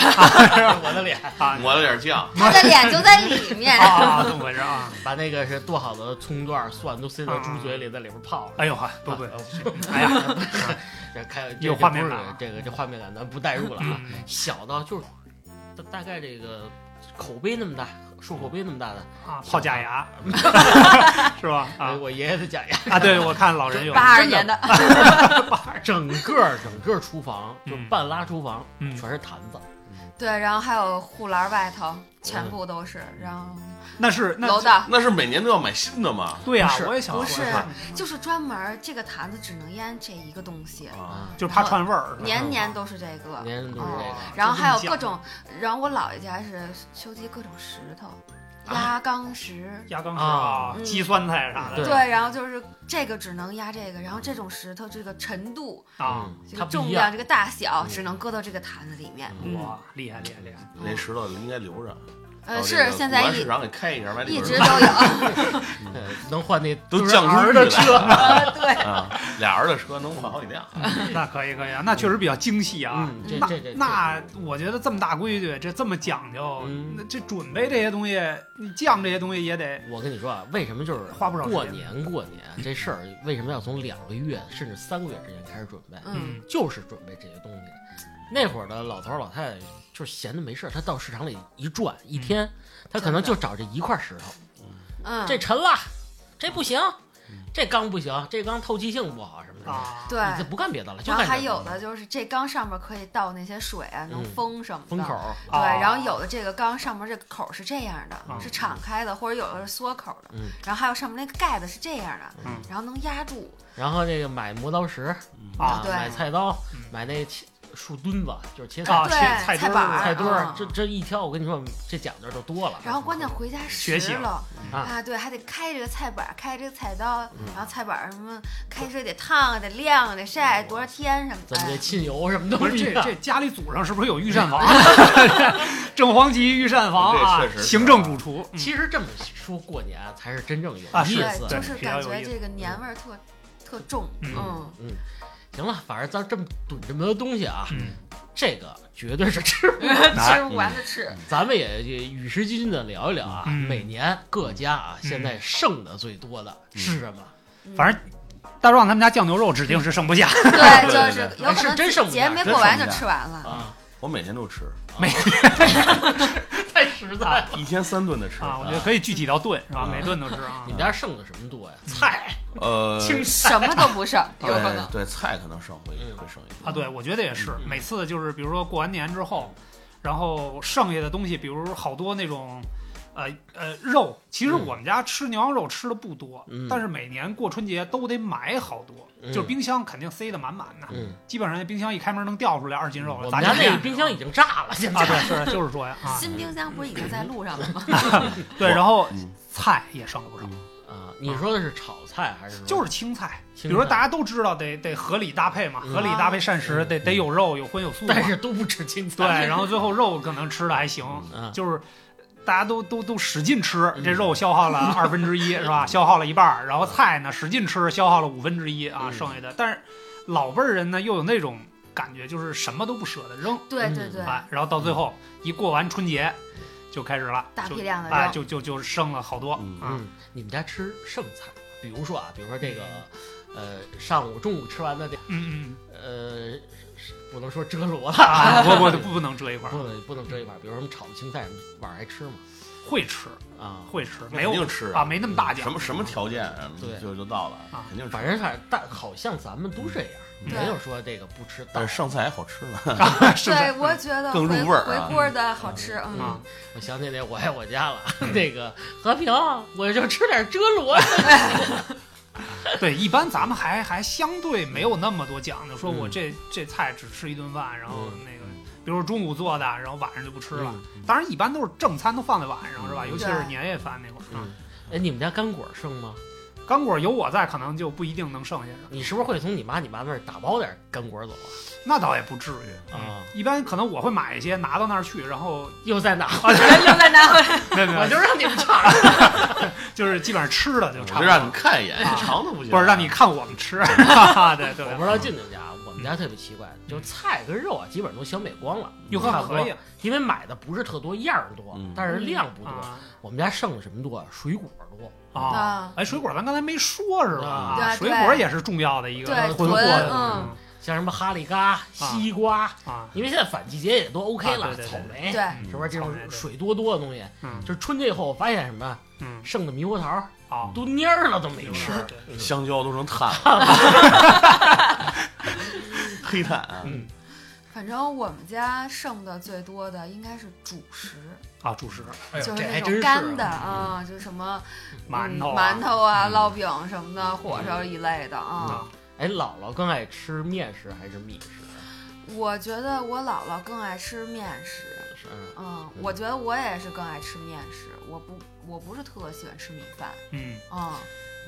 S3: 我的脸，
S4: 啊
S2: 抹了点酱，
S1: 他的脸就在里面。
S4: 啊，怎么回事啊？
S3: 把那个是剁好的葱段儿蒜都塞到猪嘴里，在里边泡着。
S4: 哎呦呵，不对，
S3: 不
S4: 哎呀，
S3: 这开
S4: 有画面感啊
S3: 这个这画面感咱不代入了啊。
S4: 嗯
S3: 小到就是大大概这个口杯那么大，漱口杯那么大的，
S4: 啊，泡假牙是吧？啊
S3: 我爷爷的 假牙，
S4: 啊，对，我看老 人有
S1: 八二年的，
S3: 整个整个厨房
S4: 啊嗯
S3: 就半拉厨房
S4: 嗯
S3: 全是坛子，
S1: 对，然后还有护栏外头，全部都是，然后
S4: 那是那
S1: 楼道
S2: 那是每年都要买新的吗？
S4: 对呀、啊
S3: 不是
S4: 我也想
S1: 不
S4: 说
S1: 是
S4: 呀
S1: 就是专门儿这个坛子只能腌这一个东西，
S2: 啊，
S4: 就
S3: 哦
S4: 是怕串味儿，是吧
S1: 年年都是这个。
S3: 年年都是这个
S1: 哦。然后还有
S4: 就这
S1: 各
S4: 么
S1: 种，然后我姥爷家是收集各种石头，压缸石，
S4: 牙缸石啊
S1: 啊、
S4: 鸡酸菜啥的
S3: 啊哦对
S1: 对，然后就是这个只能压这个，然后这种石头这个沉度、
S4: 啊，
S3: 嗯
S1: 这
S3: 它
S1: 个
S3: 不
S1: 重
S3: 一
S1: 量、
S3: 样，
S1: 这个大小，
S3: 嗯
S1: 只能搁到这个坛子里面。
S4: 哇，厉害厉害厉害！
S2: 那石头应该留着。到
S1: 呃，
S2: 哦这个
S1: 是
S2: 古
S1: 现在
S2: 玩
S1: 一
S2: 市场给开一下，把里
S1: 一
S2: 边
S1: 直
S2: 儿
S1: 都有，
S3: 呃能换那
S2: 都
S3: 是
S2: 降出
S3: 儿
S2: 去
S3: 的
S2: 了
S3: 车，
S1: 呃对，
S2: 啊，俩人的车能换好几辆，
S4: 那可以可以啊，那确实比较精细啊。
S3: 嗯，这
S4: 那
S3: 这这
S4: 那我觉得这么大规矩，这这么讲究，
S3: 嗯
S4: 那这准备这些东西，你酱这些东西也得
S3: 我跟你说啊，为什么就是
S4: 花不少时间
S3: 过
S2: 啊
S3: 年过年这事儿，为什么要从两个月甚至三个月之前开始准备？
S1: 嗯
S3: 就是准备这些东西。那会儿的老头儿老太太就是闲的没事儿，他到市场里一转一
S2: 嗯
S3: 天，他可能就找这一块石头，
S1: 嗯，
S3: 这沉了，这不行，
S2: 嗯
S3: 这钢不行，这钢透气性不好什么
S1: 嗯
S3: 的，
S4: 啊。
S1: 对。
S3: 你就不干别的了，就
S1: 然后
S3: 干
S1: 还
S3: 这
S1: 有
S3: 个
S1: 的就是这缸上面可以倒那些水啊，能
S3: 嗯
S1: 封什么的。
S3: 封口儿，
S1: 对，
S4: 啊
S1: 然后有的这个缸上面这个口是这样的，
S4: 啊
S1: 是敞开的，或者有的是缩口的，
S3: 嗯
S1: 然后还有上面那个盖子是这样的，
S4: 嗯
S1: 然后能压住，
S3: 然后这个买磨刀石
S4: 啊
S1: 对
S3: 买菜刀
S4: 嗯，
S3: 买那切树墩子，就是切
S4: 啊
S3: 菜
S1: 对，
S4: 菜菜
S1: 菜
S4: 墩儿啊
S1: 板儿
S3: 菜墩儿
S1: 嗯，
S3: 这这一挑，我跟你说，这讲究就多了。
S1: 然后关键回家
S4: 学习
S1: 实了
S3: 嗯
S1: 啊，对，还得开这个菜板儿，开这个菜刀，然后菜板儿什么开水得烫啊，得晾啊，得晒多少天什么
S3: 咱们这
S1: 的。
S3: 亲油什么啊
S4: 不
S3: 都
S4: 是
S3: 一
S4: 这
S3: 样
S4: 这家里祖上是不是有
S3: 嗯
S4: 御 膳房？正黄旗御膳房啊
S2: 这确，实是
S4: 行政主厨。
S3: 啊
S4: 嗯
S3: 其实这么说，过年才是真正有
S4: 啊
S3: 意
S4: 是
S3: 思
S1: 哎对，。
S4: 对
S1: 就是
S4: 比较
S1: 感
S4: 有
S1: 觉
S4: 意思
S1: 这个年味儿特特重，
S4: 嗯
S1: 嗯，
S3: 行了，反正咱这么囤这么多东西啊，
S4: 嗯，
S3: 这个绝对是吃。
S1: 吃不完就吃，
S3: 咱们也与时俱进的聊一聊啊，
S4: 嗯
S3: 每年各家啊，
S4: 嗯
S3: 现在剩的最多的是什么？
S1: 嗯
S4: 反正大壮他们家酱牛肉指定是剩不下，
S1: 对，
S2: 对
S1: 就
S2: 对
S1: 是
S2: 对
S1: 有可
S3: 是
S1: 能
S3: 真剩不
S1: 节
S3: 下
S1: 没
S2: 真
S1: 过完
S2: 剩
S1: 就
S2: 不下
S1: 吃完
S4: 嗯
S1: 了，
S3: 啊，
S2: 我每天都吃，
S3: 太实在了。
S2: 一天三顿的吃。
S4: 啊，我觉得可以具体到炖是吧？
S2: 啊
S4: 每顿都吃啊
S3: 你。们家剩的什么多
S4: 嗯
S3: 呀？菜、
S2: 呃，
S3: 青菜
S1: 什么都不剩，有可
S2: 对
S1: 能。
S2: 对，菜可能剩会
S3: 嗯
S2: 会剩一点
S4: 啊，对，，我觉得也是
S3: 嗯，
S4: 每次就是比如说过完年之后，然后剩下的东西，比如好多那种。呃呃，肉其实
S3: 嗯
S4: 我们家吃牛羊肉吃的不多，
S3: 嗯
S4: 但是每年过春节都得买好多，
S3: 嗯
S4: 就是冰箱肯定塞得满满的，
S3: 嗯，
S4: 基本上冰箱一开门能掉出来二斤肉来。
S3: 我
S4: 咱
S3: 们家
S4: 这
S3: 那冰箱已经炸了，现
S4: 啊，
S3: 在。
S4: 对，是就是说呀啊，
S1: 新冰箱不是已经在路上了吗？
S4: 对，然后
S2: 嗯
S4: 菜也剩了不少，
S3: 啊，你说的是炒菜还是说
S4: 就是青菜，
S3: 青菜
S4: 比如说大家都知道得得合理搭配嘛，
S3: 嗯
S4: 合理搭配膳食
S3: 嗯
S4: 得得有肉有荤有素嘛，
S3: 但是都不吃青
S4: 对，啊
S3: 菜。
S4: 然后最后肉可能吃的还行，
S3: 嗯，
S4: 就是大家都都都使劲吃，
S3: 嗯
S4: 这肉 消耗了二分之一是吧？消耗了一半儿，然后菜呢使劲吃，消耗了五分之一啊，
S3: 嗯
S4: 剩下的。但是老辈儿人呢又有那种感觉，就是什么都不舍得扔
S1: 对
S3: 嗯
S1: 对对，
S4: 啊，然后到最后一过完春节就开始了，
S1: 大
S4: 就
S1: 批量的
S4: 啊
S1: 肉，
S4: 就就就剩了好多
S2: 嗯
S4: 啊，
S3: 嗯，你们家吃剩菜，比如说啊，比如说这个，呃，上午、中午吃完的这，
S4: 嗯嗯
S3: 呃，是不能说折罗
S4: 嗯
S3: 了，
S4: 啊，我我不不能折一块儿，
S3: 不能不能折一块儿，比如说什么炒的青菜，晚上还吃吗？
S4: 会吃
S3: 啊，
S4: 会吃，
S2: 那
S4: 没
S2: 肯
S4: 有
S2: 定吃
S4: 啊，没那么大讲
S2: 什么什么条件啊嗯
S3: 对
S2: 就就到了
S4: 啊，
S2: 肯定吃
S3: 反正反正但好像咱们都这样，
S2: 嗯
S3: 没有说这个不吃
S2: 但
S3: 到。
S2: 是剩菜还好吃呢。
S4: 啊 是不是
S1: 对，我觉得
S2: 更入
S1: 回
S2: 味儿啊
S1: 回锅的好吃，
S4: 啊 嗯
S1: 嗯，
S3: 我想起那我爱我家了， 那个和平，我就吃点遮罗。
S4: 对，一般咱们还还相对没有那么多讲究，说我这、这菜只吃一顿饭，然后那个，比如说中午做的，然后晚上就不吃了。
S3: 嗯
S4: 当然，一般都是正餐都放在晚上，是吧？
S2: 嗯
S4: 尤其是年夜饭那会儿。
S3: 嗯
S4: 啊，
S3: 哎，你们家干果剩吗？
S4: 干果有我在，可能就不一定能剩下什么。
S3: 你是不是会从你妈你爸那儿打包点干果啊走
S4: 那倒也不至于
S3: 啊？
S4: 嗯
S3: 啊，
S4: 一般可能我会买一些拿到那儿去，然后
S3: 又在哪儿？
S4: 啊
S1: 留在南汇，
S4: 没有没
S3: 我
S4: 有，
S3: 就让你们尝。
S4: 就是基本上吃的就
S2: 我
S4: 差
S2: 就
S4: 不
S2: 让
S4: 多
S2: 你。看一眼，
S4: 啊
S2: 尝都不行，
S4: 不是让你看我们吃， 哈哈，对 对
S3: 我不知
S4: 对，
S3: 道进你们家，我们家特别奇怪，就是菜跟肉啊，基本上都消灭光了，
S4: 哟呵，可以啊
S3: 因为买的不是特多，样儿多
S2: 嗯，
S3: 但是量不多。
S4: 啊
S3: 我们家剩的什么多啊？水果多，
S4: 啊！
S1: 啊，
S4: 哎，水果咱刚才没说是吧？
S3: 对
S4: 啊
S1: 对
S4: 水果也是重要的一个
S1: 对
S4: 荤
S1: 囤
S4: 货的
S1: 嗯
S3: 像什么哈利嘎、西瓜，
S4: 啊。
S3: 因为现在反季节也都 OK
S4: 啊
S3: 了，
S4: 对对对嗯
S3: 草莓，
S1: 对，
S3: 是不是这
S4: 草莓
S3: 种水多多的东西？
S4: 嗯
S3: 就是春节以后，我发现什么
S4: 嗯
S3: 剩的猕猴桃
S4: 啊，
S3: 都蔫儿了，都没吃。
S2: 嗯香蕉都成炭了， 黑炭啊。
S4: 嗯
S1: 反正我们家剩的最多的应该是主食，
S4: 啊，主食，哎
S1: 就
S4: 呦，
S1: 是
S3: 这
S1: 那
S3: 还
S1: 种
S3: 真
S1: 干
S3: 是
S1: 的啊，就什么
S4: 馒
S1: 头、
S4: 头
S1: 嗯
S4: 啊嗯
S1: 馒头啊、烙饼什么的，火烧一类的啊。
S4: 啊，
S3: 哎，姥姥更爱吃面食还是米食？啊
S4: 嗯
S1: 我觉得我姥姥更爱吃面食，
S3: 嗯，
S1: 嗯，我觉得我也是更爱吃面食，我不我不是特喜欢吃米饭，
S4: 嗯，
S1: 嗯，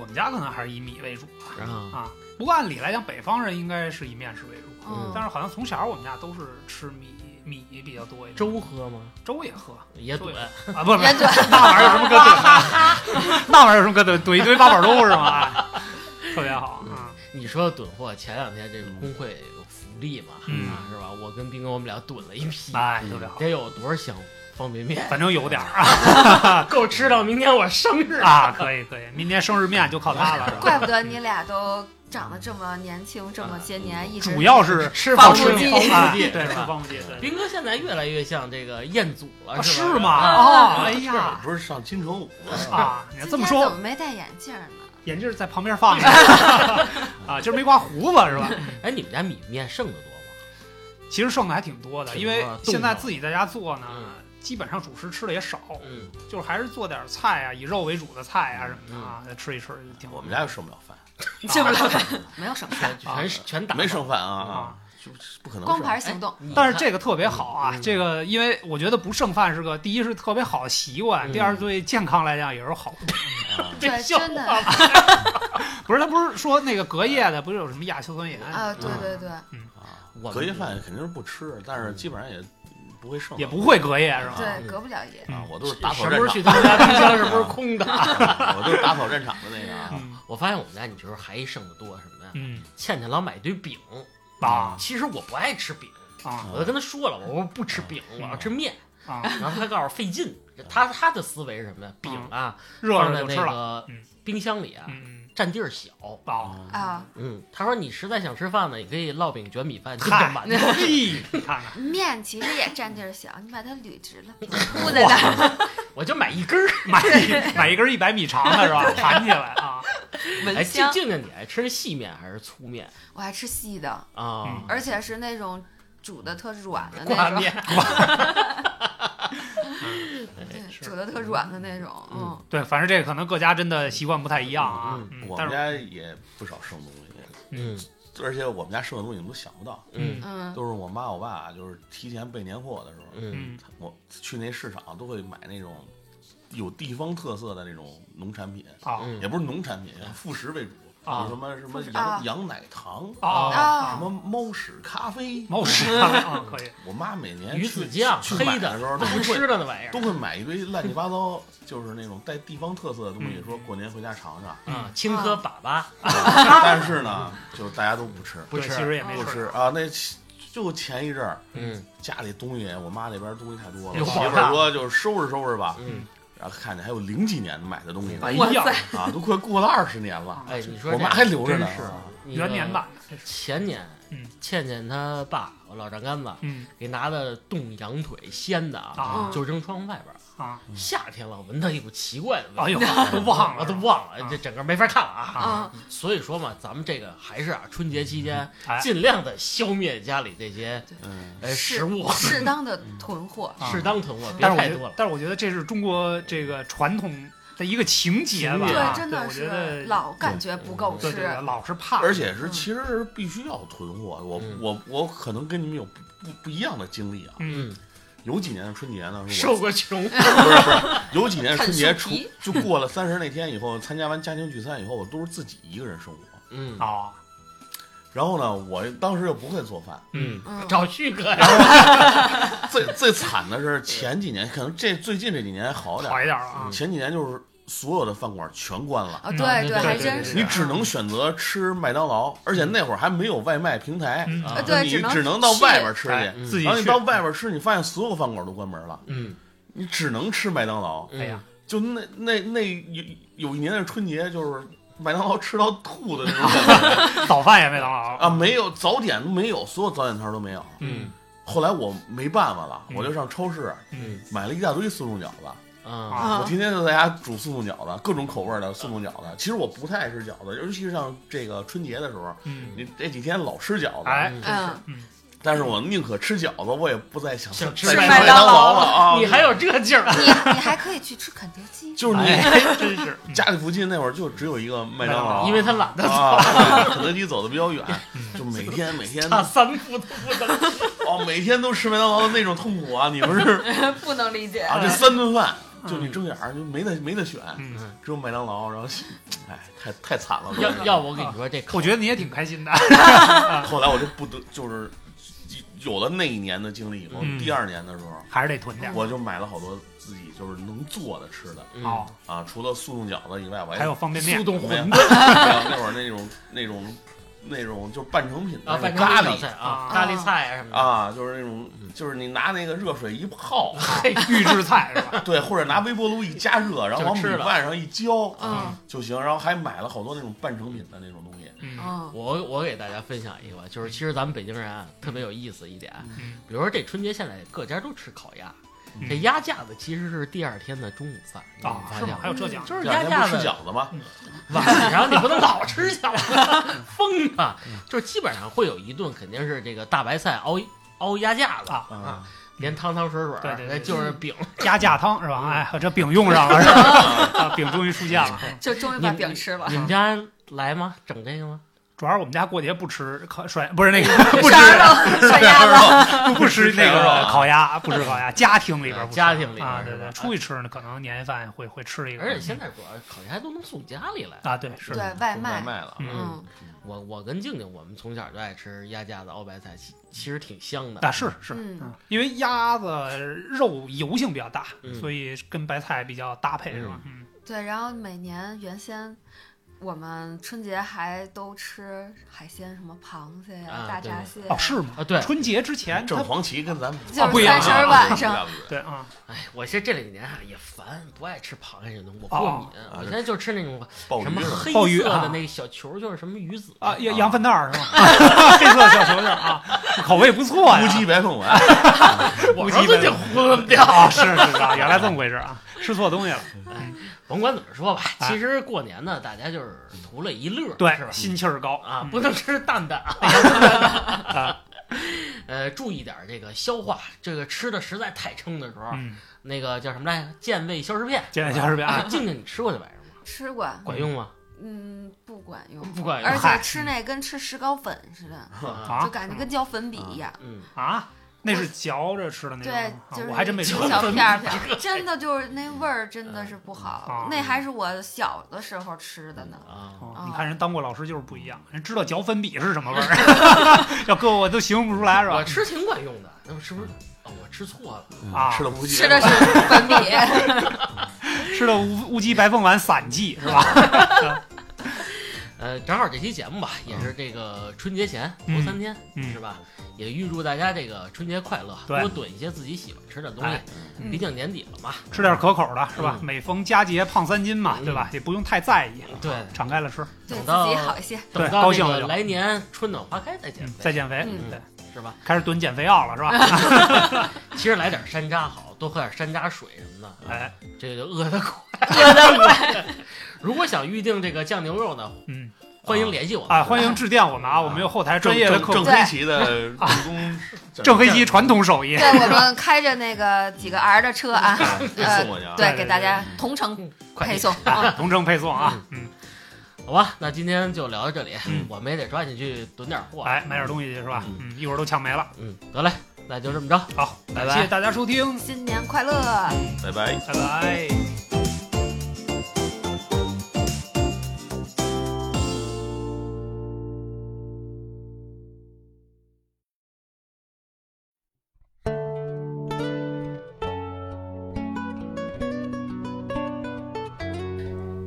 S4: 我们家可能还是以米为主
S3: 然
S4: 吧，
S3: 后
S4: 啊，不过按理来讲，北方人应该是以面食为主，
S1: 嗯
S4: 但是好像从小我们家都是吃米米比较多一点，
S3: 粥喝吗？
S4: 粥也喝
S3: 也
S4: 粥
S3: 怼
S4: 也，啊，不是不
S1: 也
S4: 是，
S1: 对，
S4: 那玩意儿有什么可怼？那玩意儿有什么可怼？怼一堆八宝粥是吗？哎特别好啊，
S3: 你说的囤货，前两天这个工会有福利嘛，
S4: 嗯
S3: 啊是吧？我跟斌哥我们俩囤了一批，
S4: 哎，特别好，
S3: 得有多少箱方便面？
S4: 反正有点儿啊
S3: 够吃到明天我生日啊！
S4: 啊，可以可以，明天生日面就靠它了，是吧
S1: 怪不得你俩都长得这么年轻，这么些年，一直
S4: 嗯主要是
S3: 吃
S1: 防
S4: 防
S1: 腐
S4: 腐
S1: 剂
S4: 啊
S3: 剂
S4: 对，
S3: 是
S4: 是
S3: 吧
S4: 防腐剂，对，
S3: 斌哥现在越来越像这个彦祖了，
S4: 啊
S3: 是吧
S4: 是吗？
S3: 啊
S4: 哦，哎
S2: 这
S4: 呀，
S2: 不是上金城武吗
S4: 啊，你要这么
S1: 嗯今天
S4: 说
S1: 怎，么没戴眼镜呢？
S4: 眼镜儿在旁 边放着啊，今儿没刮胡子是吧？
S3: 哎，你们家米面剩的多吗？
S4: 其实剩的还挺多的，
S3: 挺多
S4: 因为现在
S3: 冻着
S4: 自己在家做呢
S3: 嗯，
S4: 基本上主食吃的也少，
S3: 嗯，
S4: 就是还是做点菜啊，以肉为主的菜啊什么的
S3: 嗯
S4: 啊，再吃一吃就挺好。
S2: 我们家又剩不了饭，
S1: 这么 没有什么
S3: 全
S4: 啊
S3: 全是全打
S2: 没剩饭啊
S4: 啊
S2: 啊，就是不可能。
S1: 光盘行动，
S3: 哎
S4: 但是这个特别好啊，
S3: 嗯
S4: 这个因为我觉得不剩饭是个第一是特别好的习惯，
S3: 嗯
S4: 第二对健康来讲也是好。
S2: 啊
S4: 这
S1: 对，
S4: 笑
S1: 真的
S4: 话 不是他不是说那个隔夜的不是有什么亚硝酸盐
S1: 啊，对
S4: 嗯
S1: 对对，
S2: 啊
S3: 我们
S2: 隔夜饭肯定是不吃，但是基本上也不会剩，
S4: 也不嗯会隔夜是吧？
S1: 对，隔不了夜。
S2: 啊。我都是
S3: 是
S2: 打
S3: 什
S2: 扫
S3: 么时
S2: 战
S3: 候
S2: 场
S3: 去他们家冰箱是不是空的？啊
S2: 的，啊我都是打扫战场的那个啊。
S4: 嗯
S3: 我发现我们家，你知道还剩的多什么呀？
S4: 嗯
S3: 倩倩老买一堆饼，
S4: 啊
S3: 其实我不爱吃饼，
S4: 啊
S3: 我就跟她说了，我说不吃饼，我要吃面。
S4: 啊，
S3: 然后她告诉我费劲，她她的思维是什么呀？饼啊，
S4: 热
S3: 放
S4: 了
S3: 在
S4: 就
S3: 那
S4: 吃了。
S3: 个
S4: 嗯
S3: 冰箱里啊，
S4: 嗯，
S3: 占地儿小。
S2: 哦
S4: 啊，
S1: 啊，
S3: 嗯，她说你实在想吃饭呢，你可以烙饼卷米饭，就
S4: 嗨
S3: 干馒头。
S4: 嘿，你看看，
S1: 面其实也占地儿小，你把它捋直了，铺在那儿，
S3: 我就买一根儿。
S4: 买一买一根一百米长的是吧？盘起来啊，
S3: 哎，
S1: 闻
S3: 静
S1: 香。
S3: 静静，你爱吃细面还是粗面
S1: 我还吃细的，
S3: 啊
S4: 嗯？
S1: 而且是那种煮的特软的那
S3: 挂
S1: 种，
S3: 面，
S1: 对，
S4: 是
S1: 煮的特软的那种，嗯
S3: 嗯，
S4: 对，反正这个可能各家真的习惯不太一样啊
S3: 嗯。
S4: 嗯
S2: 我
S4: 但
S2: 们
S4: 是
S2: 家也不少剩东西，
S3: 嗯
S2: 而且我们家剩的东西你们都想不到，
S3: 嗯
S1: 嗯，
S2: 都是我妈我爸就是提前备年货的时候，
S3: 嗯
S4: 嗯
S2: 我去那市场都会买那种有地方特色的那种农产品，
S4: 啊
S3: 嗯
S2: 也不是农产品，副食为主，
S4: 啊
S2: 有什么什么
S1: 啊
S2: 羊羊奶糖，
S4: 啊
S2: 什
S1: 啊
S2: 么猫屎咖啡。
S4: 猫屎啊，可以
S2: 我妈每年
S3: 嗯鱼
S2: 去
S3: 子酱
S2: 去
S3: 黑
S2: 买
S3: 的
S2: 的时候都
S3: 都不
S2: 会
S3: 吃的那玩意儿啊
S2: 都会买一堆乱七八糟，就是那种带地方特色的东西，
S4: 嗯
S2: 说过年回家尝 尝。
S3: 啊，青稞粑粑
S2: 但是呢，就大家都不吃，
S3: 不
S4: 对
S3: 吃
S4: 其实也没
S2: 不
S4: 事
S2: 吃
S4: 儿。
S2: 啊。那就前一阵儿，
S3: 嗯
S2: 家里东西，我妈那边东西太多了，
S3: 有
S2: 媳
S3: 好
S2: 妇
S3: 大
S2: 儿说就收拾收拾吧。
S3: 嗯，
S2: 然后看见还有零几年买的东西呢
S4: 哎
S1: 哇
S4: 呀，
S1: 塞
S2: 啊，都快过了二十年了，
S3: 哎，你说
S2: 我
S3: 这
S2: 妈还留着呢。
S3: 真是你
S4: 元年版的这是，
S3: 前年，
S4: 嗯
S3: 倩倩她爸，我老丈杆子
S4: 嗯
S3: 给拿的冻羊腿鲜的啊，
S4: 啊
S1: 嗯
S3: 就扔窗户外边儿。
S4: 啊，
S3: 夏天了，闻到一股奇怪的味道
S4: 哎 呦，都忘了
S3: 都
S4: 忘
S3: 忘了，
S4: 啊
S3: 这整个没法看了啊。
S1: 嗯
S4: 啊，，
S3: 所以说嘛，咱们这个还是啊，春节期间
S4: 哎
S3: 尽量的消灭家里这些
S2: 嗯，
S3: 呃
S1: 是
S3: 食物，
S1: 适当的囤货，
S4: 啊
S3: 适当囤货，别
S4: 但是我
S3: 太
S4: 觉
S3: 多
S4: 得
S3: 了，。
S4: 但是我觉得这是中国这个传统的一个情节吧，
S3: 对
S1: 对，
S4: 啊
S1: 真
S4: 对
S1: 的
S4: 我觉
S1: 是
S4: 得
S1: 老感觉不够
S4: 对对
S1: 吃
S4: 对，，老是怕，
S2: 而且是
S1: 嗯
S2: 其实是必须要囤货。我
S3: 嗯
S2: 我我可能跟你们有不不不一样的经历啊。
S4: 嗯
S3: 嗯，
S2: 有几年的春节呢，是我
S3: 受过穷，
S2: 不是不是，有几年春节
S1: 看书
S2: 出
S1: 皮
S2: 就过了三十那天以后，参加完家庭聚餐以后，我都是自己一个人生活。
S3: 嗯
S4: 啊，
S2: 然后呢，我当时又不会做饭，
S3: 嗯，
S1: 嗯，
S3: 找旭哥呀，
S2: 最最惨的是前几年，可能这最近这几年好点
S4: 好
S2: 儿，
S4: 一点儿啊，
S2: 前几年就是所有的饭馆全关了。
S1: 啊，
S4: 嗯
S1: 对
S3: 对对
S1: 还
S3: 对
S1: 真
S3: 对
S1: 是，
S2: 你只能选择吃麦当劳，而且那会儿还没有外卖平台，
S4: 嗯
S3: 啊
S1: 呃对
S2: 你
S1: 只能
S2: 只能到
S1: 去
S2: 外边吃去。
S4: 哎
S3: 嗯
S4: 自己
S2: 然后你
S4: 去
S2: 到，外边吃，你发现所有饭馆都关门了，
S3: 嗯，
S2: 你只能吃麦当劳。
S3: 嗯
S4: 哎呀，
S2: 就那那那有有一年的春节，就是麦当劳吃到吐的那种感觉
S4: 早饭也麦当 劳
S2: 啊，没有早点都没有，所有早点摊儿都没有。
S3: 嗯
S2: 后来我没办法了，
S4: 嗯
S2: 我就上超市
S4: 嗯
S2: 买了一大堆速冻饺子，
S3: 啊，
S1: 啊
S2: 我天天就在家煮速冻饺子，各种口味的速冻饺子。其实我不太爱吃饺子，尤其是像这个春节的时候，
S4: 嗯，
S2: 你这几天老吃饺子，
S4: 哎，
S1: 嗯，
S2: 但是我宁可吃饺子，我也不再想
S3: 想吃
S2: 再
S3: 麦
S2: 麦
S1: 当劳
S2: 劳了啊！
S3: 你还有这劲儿，
S1: 你你还可以去吃肯德基，
S2: 就是你
S4: 哎真是
S2: 家里附近那会儿就只有一个麦当
S4: 哦
S2: 劳，
S3: 因为他懒得
S2: 啊，对肯德基走的比较远，就每天每
S4: 嗯
S2: 天
S3: 大三步都不能
S2: 哦，每天都吃麦当劳的那种痛苦啊！你们是
S1: 不能理解
S2: 啊，这三顿饭就你睁眼儿就没得没得选，
S4: 嗯嗯
S2: 只有麦当劳，然后哎，太太惨了。
S3: 要要不我跟你说这口，
S4: 我觉得你也挺开心的，
S2: 后来我就不得就是一有了那一年的经历以后，
S4: 嗯
S2: 第二年的时候，
S4: 还是得囤点儿。
S2: 我就买了好多自己就是能做的吃的
S3: 嗯
S4: 哦，
S2: 啊，除了速冻饺子以外，我
S4: 还有方便面
S3: 速，冻
S2: 没有
S3: 馄
S2: 没
S3: 饨
S2: 有那会儿那种那种那种就是半成品的
S3: 啊，
S2: 那
S3: 反
S2: 种
S3: 正
S2: 咖
S3: 小
S2: 喱
S3: 菜啊，
S1: 啊
S3: 咖喱菜啊什么的。
S2: 啊，就是那种
S4: 嗯
S2: 就是你拿那个热水一泡，
S3: 嘿，
S4: 啊预制菜是吧？
S2: 对，或者拿微波炉一加热，然后往
S3: 就
S2: 米
S3: 吃了
S2: 饭上一浇
S1: 嗯
S2: 就行，然后还买了好多那种半成品的那种东西，
S4: 嗯
S1: 嗯
S3: 我我给大家分享一个吧，就是其实咱们北京人啊特别有意思一点，啊
S4: 嗯
S3: 比如说这春节现在各家都吃烤鸭，
S4: 嗯
S3: 这鸭架子其实是第二天的中午饭，你有没有
S4: 啊，
S3: 发
S4: 是吗？还
S3: 现
S4: 有这讲
S3: 就是
S2: 这
S3: 鸭
S2: 两天
S3: 架
S2: 不吃
S3: 子
S2: 饺子吗？
S3: 晚上你不能老吃饺子，疯啊！就是基本上会有一顿肯定是这个大白菜熬熬鸭架子
S4: 啊，
S2: 啊，
S3: 连汤汤水水，
S4: 对对对
S3: 就是饼。
S4: 鸭架汤是
S3: 嗯
S4: 吧？哎，这饼 用上了是吧？啊，饼终于出现了。
S1: 就终于把饼吃了
S3: 你。们家来吗？整这个吗？
S4: 主要是我们家过节不吃烤涮，不是 那个不吃
S1: 涮肉、 涮鸭子，
S4: 不吃那
S2: 涮肉
S4: 个
S2: 啊
S4: 烤鸭，不吃烤鸭，家庭里边不吃
S3: 家庭里边
S4: 啊，
S3: 是
S4: 对对，
S3: 吧
S4: 出去吃呢，可能年夜饭会会吃一个，
S3: 而且现在主要烤鸭都能送家里来。
S4: 啊，对是，
S1: 对外
S2: 送
S1: 卖
S2: 外，卖了，
S4: 嗯，
S1: 嗯，
S3: 我我跟静静，我们从小就爱吃鸭架子熬白菜，其其实挺香的。
S4: 啊是是，
S1: 嗯
S4: 嗯因为鸭子肉油性比较大
S3: 嗯，
S4: 所以跟白菜比较搭配是吧？嗯，
S1: 对。然后每年原先我们春节还都吃海鲜，什么螃蟹呀、
S3: 啊
S1: 大
S3: 对
S1: 闸蟹呀。
S4: 哦是吗？
S3: 啊，对，
S4: 春节之前
S2: 正
S4: 它
S2: 黄旗跟咱们
S1: 就是
S4: 啊不一样
S1: 三十晚上，
S4: 对啊，
S3: 哎，我这这两年啊也烦，不爱吃螃蟹这东西，我
S4: 哦
S3: 过敏。我现在就吃那种
S2: 鲍
S3: 什
S2: 鱼
S3: 么
S2: 是吧
S3: 黑
S4: 鲍鱼
S3: 色的
S4: 啊
S3: 那个小球球，什么鱼子
S4: 啊，
S2: 啊
S4: 羊羊粪蛋儿是吗？黑色小球球啊，口味不错啊呀。
S2: 乌鸡白凤丸，
S3: 我
S4: 乌
S3: 说
S4: 鸡
S3: 自己
S4: 的
S3: 糊弄 掉。
S4: 啊，是是是啊，原来这么回事啊，吃错东西了。
S3: 嗯甭管怎么说吧，
S4: 哎
S3: 其实过年呢，大家就是图了一乐，
S4: 对
S3: 是，吧？
S4: 心气儿高
S3: 啊，
S4: 嗯啊
S3: 不能吃蛋蛋 啊。 呃，注意点这个消化，这个吃的实在太撑的时候，
S4: 嗯，
S3: 那个叫什么来着？健胃消食片。
S4: 健胃消食片
S3: 啊，静静，你吃过这玩意儿吗？
S1: 吃过，
S3: 管用吗？
S1: 嗯，不管用，
S3: 不管用
S1: 而
S4: 嗨
S1: 且吃那跟吃石膏粉似的，
S3: 哎啊，
S4: 啊
S1: 就感觉跟嚼粉笔一样。
S3: 嗯，
S4: 啊，那是嚼着吃的那种
S1: 对
S4: 吗，啊
S1: 就是
S4: 我还真没
S1: 一
S4: 吃
S1: 小
S4: 过。
S1: 片儿片儿，真的就是那味儿真的是不
S4: 啊
S1: 好，那还是我小的时候吃的呢。
S3: 啊，
S4: 哦
S1: 啊
S4: 你看人当过老师就是不一样，人知道嚼粉笔是什么味儿， 要搁我都形容不出来是
S3: 我
S4: 吧？嗯
S3: 吃挺管用的，那是不是？哦，我吃错了，
S4: 啊
S2: 吃了乌鸡
S1: 吃的是粉笔，
S4: 吃的乌乌鸡白凤丸散剂是
S3: 嗯
S4: 吧？
S3: 呃，正好这期节目吧，也是这个春节前头
S4: 嗯
S3: 三天，
S4: 嗯
S3: 是吧？也预祝大家这个春节快乐，
S4: 对
S3: 多炖一些自己喜欢吃的东西
S4: 哎，
S1: 嗯
S3: 毕竟年底了嘛。
S4: 吃点可口的是吧？
S3: 嗯
S4: 每逢佳节胖三斤嘛，
S3: 嗯
S4: 对吧？也不用太在意，
S3: 对，
S4: 敞开了吃，
S1: 对
S3: 等
S1: 自
S3: 到
S1: 己好一些。
S4: 对
S3: 啊等到
S4: 高兴
S3: 那
S4: 了
S3: 个
S4: 就
S3: 来年春暖花开再减
S4: 嗯
S3: 肥，
S4: 再减肥，
S1: 嗯
S4: 对，
S3: 是吧？
S4: 开始囤减肥药了是 吧？
S3: 其实来点山楂好，多喝点山楂水什么的，
S4: 哎，
S3: 这个饿得快，饿得快。 如果想预定这个酱牛肉呢，
S4: 嗯
S3: 欢迎联系我们
S4: 啊，欢迎致电我们啊，我们有后台专业的客
S2: 郑
S4: 服
S2: 郑黑旗的助攻，
S4: 郑啊黑旗传统手艺
S1: 对，我们开着那个几个 R 的车啊，
S2: 哎送我去啊！
S1: 对，给大家同城
S3: 快递
S1: 配送。
S4: 啊，同城配送啊，嗯，
S3: 好吧，那今天就聊到这里，
S4: 嗯
S3: 我们也得抓紧去囤点货。
S4: 哎，买点东西去是吧？嗯，一会儿都抢没了。
S3: 嗯，得嘞，那就这么着。
S4: 好，
S3: 拜拜
S4: 感谢大家收听，
S1: 新年快乐！
S2: 拜拜。
S4: 拜拜。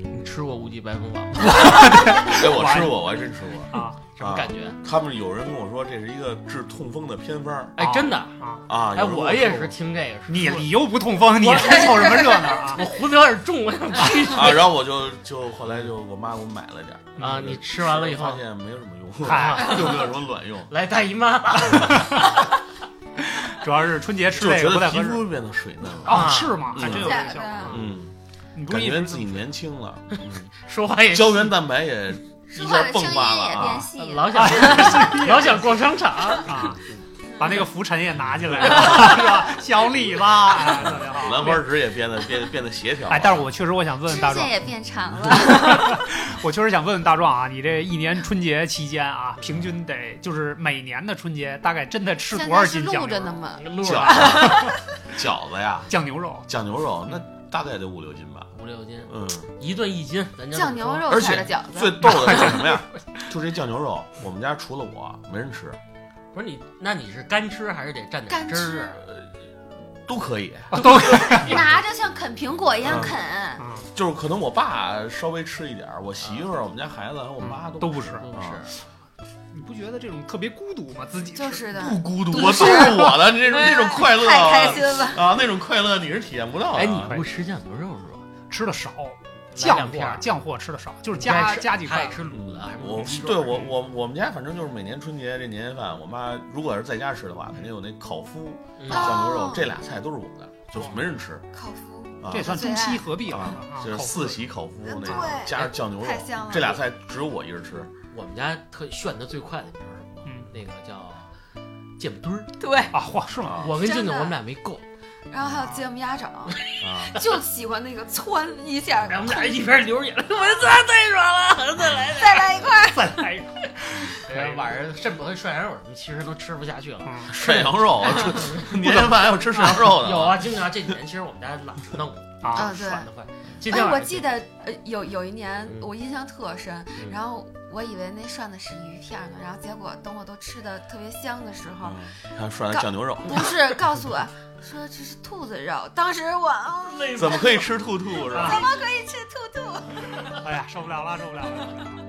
S3: 你吃过无极白凤丸吗？
S2: 哎，我吃过，我还真吃过。
S4: 啊
S3: 什么感觉？
S2: 他们有人跟我说这是一个治痛风的偏方儿
S3: 哎，真的，
S4: 啊！
S2: 啊。
S3: 哎，
S2: 有人跟
S3: 我
S2: 说
S3: 也
S2: 过
S3: 是听这个说，
S4: 你你又不痛风，你还凑什么热闹啊？
S3: 我胡子有点重，我想去
S2: 啊，然后我就就后来就我妈给我买了点儿
S3: 啊！你吃完了以后
S2: 发，现没有什么用，
S4: 嗨
S2: 就没有什么 卵用，
S3: 来大姨妈了
S4: 主要是春节吃
S2: 就
S4: 这
S2: 觉
S4: 个不
S2: 得
S4: 太
S2: 皮
S4: 合适
S2: 肤变得水嫩了，
S4: 啊？是吗？
S2: 嗯
S4: 还真有这个效果啊。
S2: 嗯，
S4: 你不
S2: 感
S4: 是一
S2: 觉
S4: 直
S2: 自己年轻 了，嗯
S3: 说话也
S2: 胶原蛋白也一
S1: 说话
S2: 下
S1: 的
S2: 迸
S1: 声音
S2: 发
S1: 也
S2: 了
S1: 变
S2: 啊。
S1: 细了。
S3: 老
S4: 哎
S3: 想老想逛商场。
S4: 啊？把那个浮尘也拿进来， 是吧？小李子，哎特别好。
S2: 嗯兰花指也变得变变得协调了。
S4: 哎，但是我确实我想问
S1: 指
S4: 问大壮
S1: 甲，也变长了，
S4: 我确实想问问大壮啊，你这一年春节期间啊，平均得就是每年的春节大概真的吃
S1: 现
S4: 多少
S1: 在是
S4: 斤酱啊
S1: 录着
S4: 牛
S1: 呢
S4: 肉？
S1: 嘛。
S3: 路
S2: 饺
S3: 上
S2: 子 饺子呀，
S4: 酱牛肉
S2: 酱牛肉那大概得五六斤吧，
S3: 五六斤，
S2: 嗯。
S3: 一顿一斤，咱就
S1: 酱牛肉
S2: 而
S1: 馅
S2: 且
S1: 儿的饺
S2: 最
S1: 子，
S2: 逗的是什么呀？就这酱牛肉，我们家除了我没人吃，
S3: 不是你，那你是干吃还是得蘸点
S1: 干
S3: 汁
S1: 吃
S3: 儿啊？
S2: 都可以。
S4: 啊都
S1: 拿着像啃苹果一样
S2: 嗯
S1: 啃。
S4: 嗯
S2: 就是可能我爸稍微吃一点儿，我媳妇儿、我们家孩子和我妈
S4: 嗯都
S2: 都
S4: 不吃，
S3: 都不吃，
S4: 你不觉得这种特别孤独吗？自己
S1: 就
S4: 吃
S1: 是的，
S2: 不孤独，
S1: 都
S2: 我
S1: 是
S2: 都是我的这种这种快乐，
S1: 太开心了。
S2: 啊，那种快乐你是体验不
S4: 啊
S2: 到的。
S3: 哎，你不吃酱牛肉是吧？
S4: 吃的少，
S3: 来
S4: 酱
S3: 两片
S4: 货
S3: 儿
S4: 酱货吃的少，就是
S3: 你爱
S4: 加
S3: 吃
S4: 加几
S3: 他爱
S4: 块。嗯
S3: 吃卤的还是
S2: 我
S3: 卤
S2: 对我我我们家反正就是每年春节这年夜饭，我妈如果是在家吃的话，肯定有那烤麸、
S3: 嗯
S1: 啊
S2: 酱
S1: 哦
S2: 牛肉这俩菜都是我们的，就是没人吃
S1: 烤麸
S2: 啊。
S4: 这也算中西合璧了
S2: 啊
S4: 啊，
S2: 就是
S4: 口
S2: 四
S4: 味
S2: 喜烤麸那
S1: 嗯
S2: 种，
S1: 对
S2: 加上酱牛肉
S1: 太，香了。
S2: 这俩菜只有我一人吃。
S3: 我们家特炫的最快的一盘儿，
S4: 嗯
S3: 那个叫芥末墩儿。
S1: 对，
S4: 啊，嚯，是吗？
S3: 我跟静
S1: 真
S3: 静
S1: 的
S3: 我们俩没够，
S1: 然后还有芥末鸭掌，
S2: 啊，
S1: 就喜欢那个窜一下，
S3: 然后我们俩一边流眼泪，我操，太爽了，再来
S1: 再来一块儿。
S4: 再 来一个。
S3: 哎晚上肾不和涮羊肉什么，其实都吃不下去了。
S4: 嗯
S2: 涮羊肉， 吃年夜饭还有吃涮羊肉的。
S3: 有啊，经常这几年其实我们家懒得弄，
S4: 啊
S1: 啊，对
S3: 涮的快。今天
S1: 哎，我
S3: 晚上
S1: 记得呃有有一年
S3: 嗯
S1: 我印象特深，
S3: 嗯
S1: 然后我以为那涮的是鱼片呢，然后结果等我都吃的特别香的时候
S2: 嗯，，还涮的酱牛 肉，
S1: 不是告诉我说这是兔子肉，当时我啊
S3: 啊
S2: 怎么可以吃兔兔是吧？
S1: 怎么可以吃兔兔？
S3: 嗯
S4: 哎呀，受不了了，受不了了。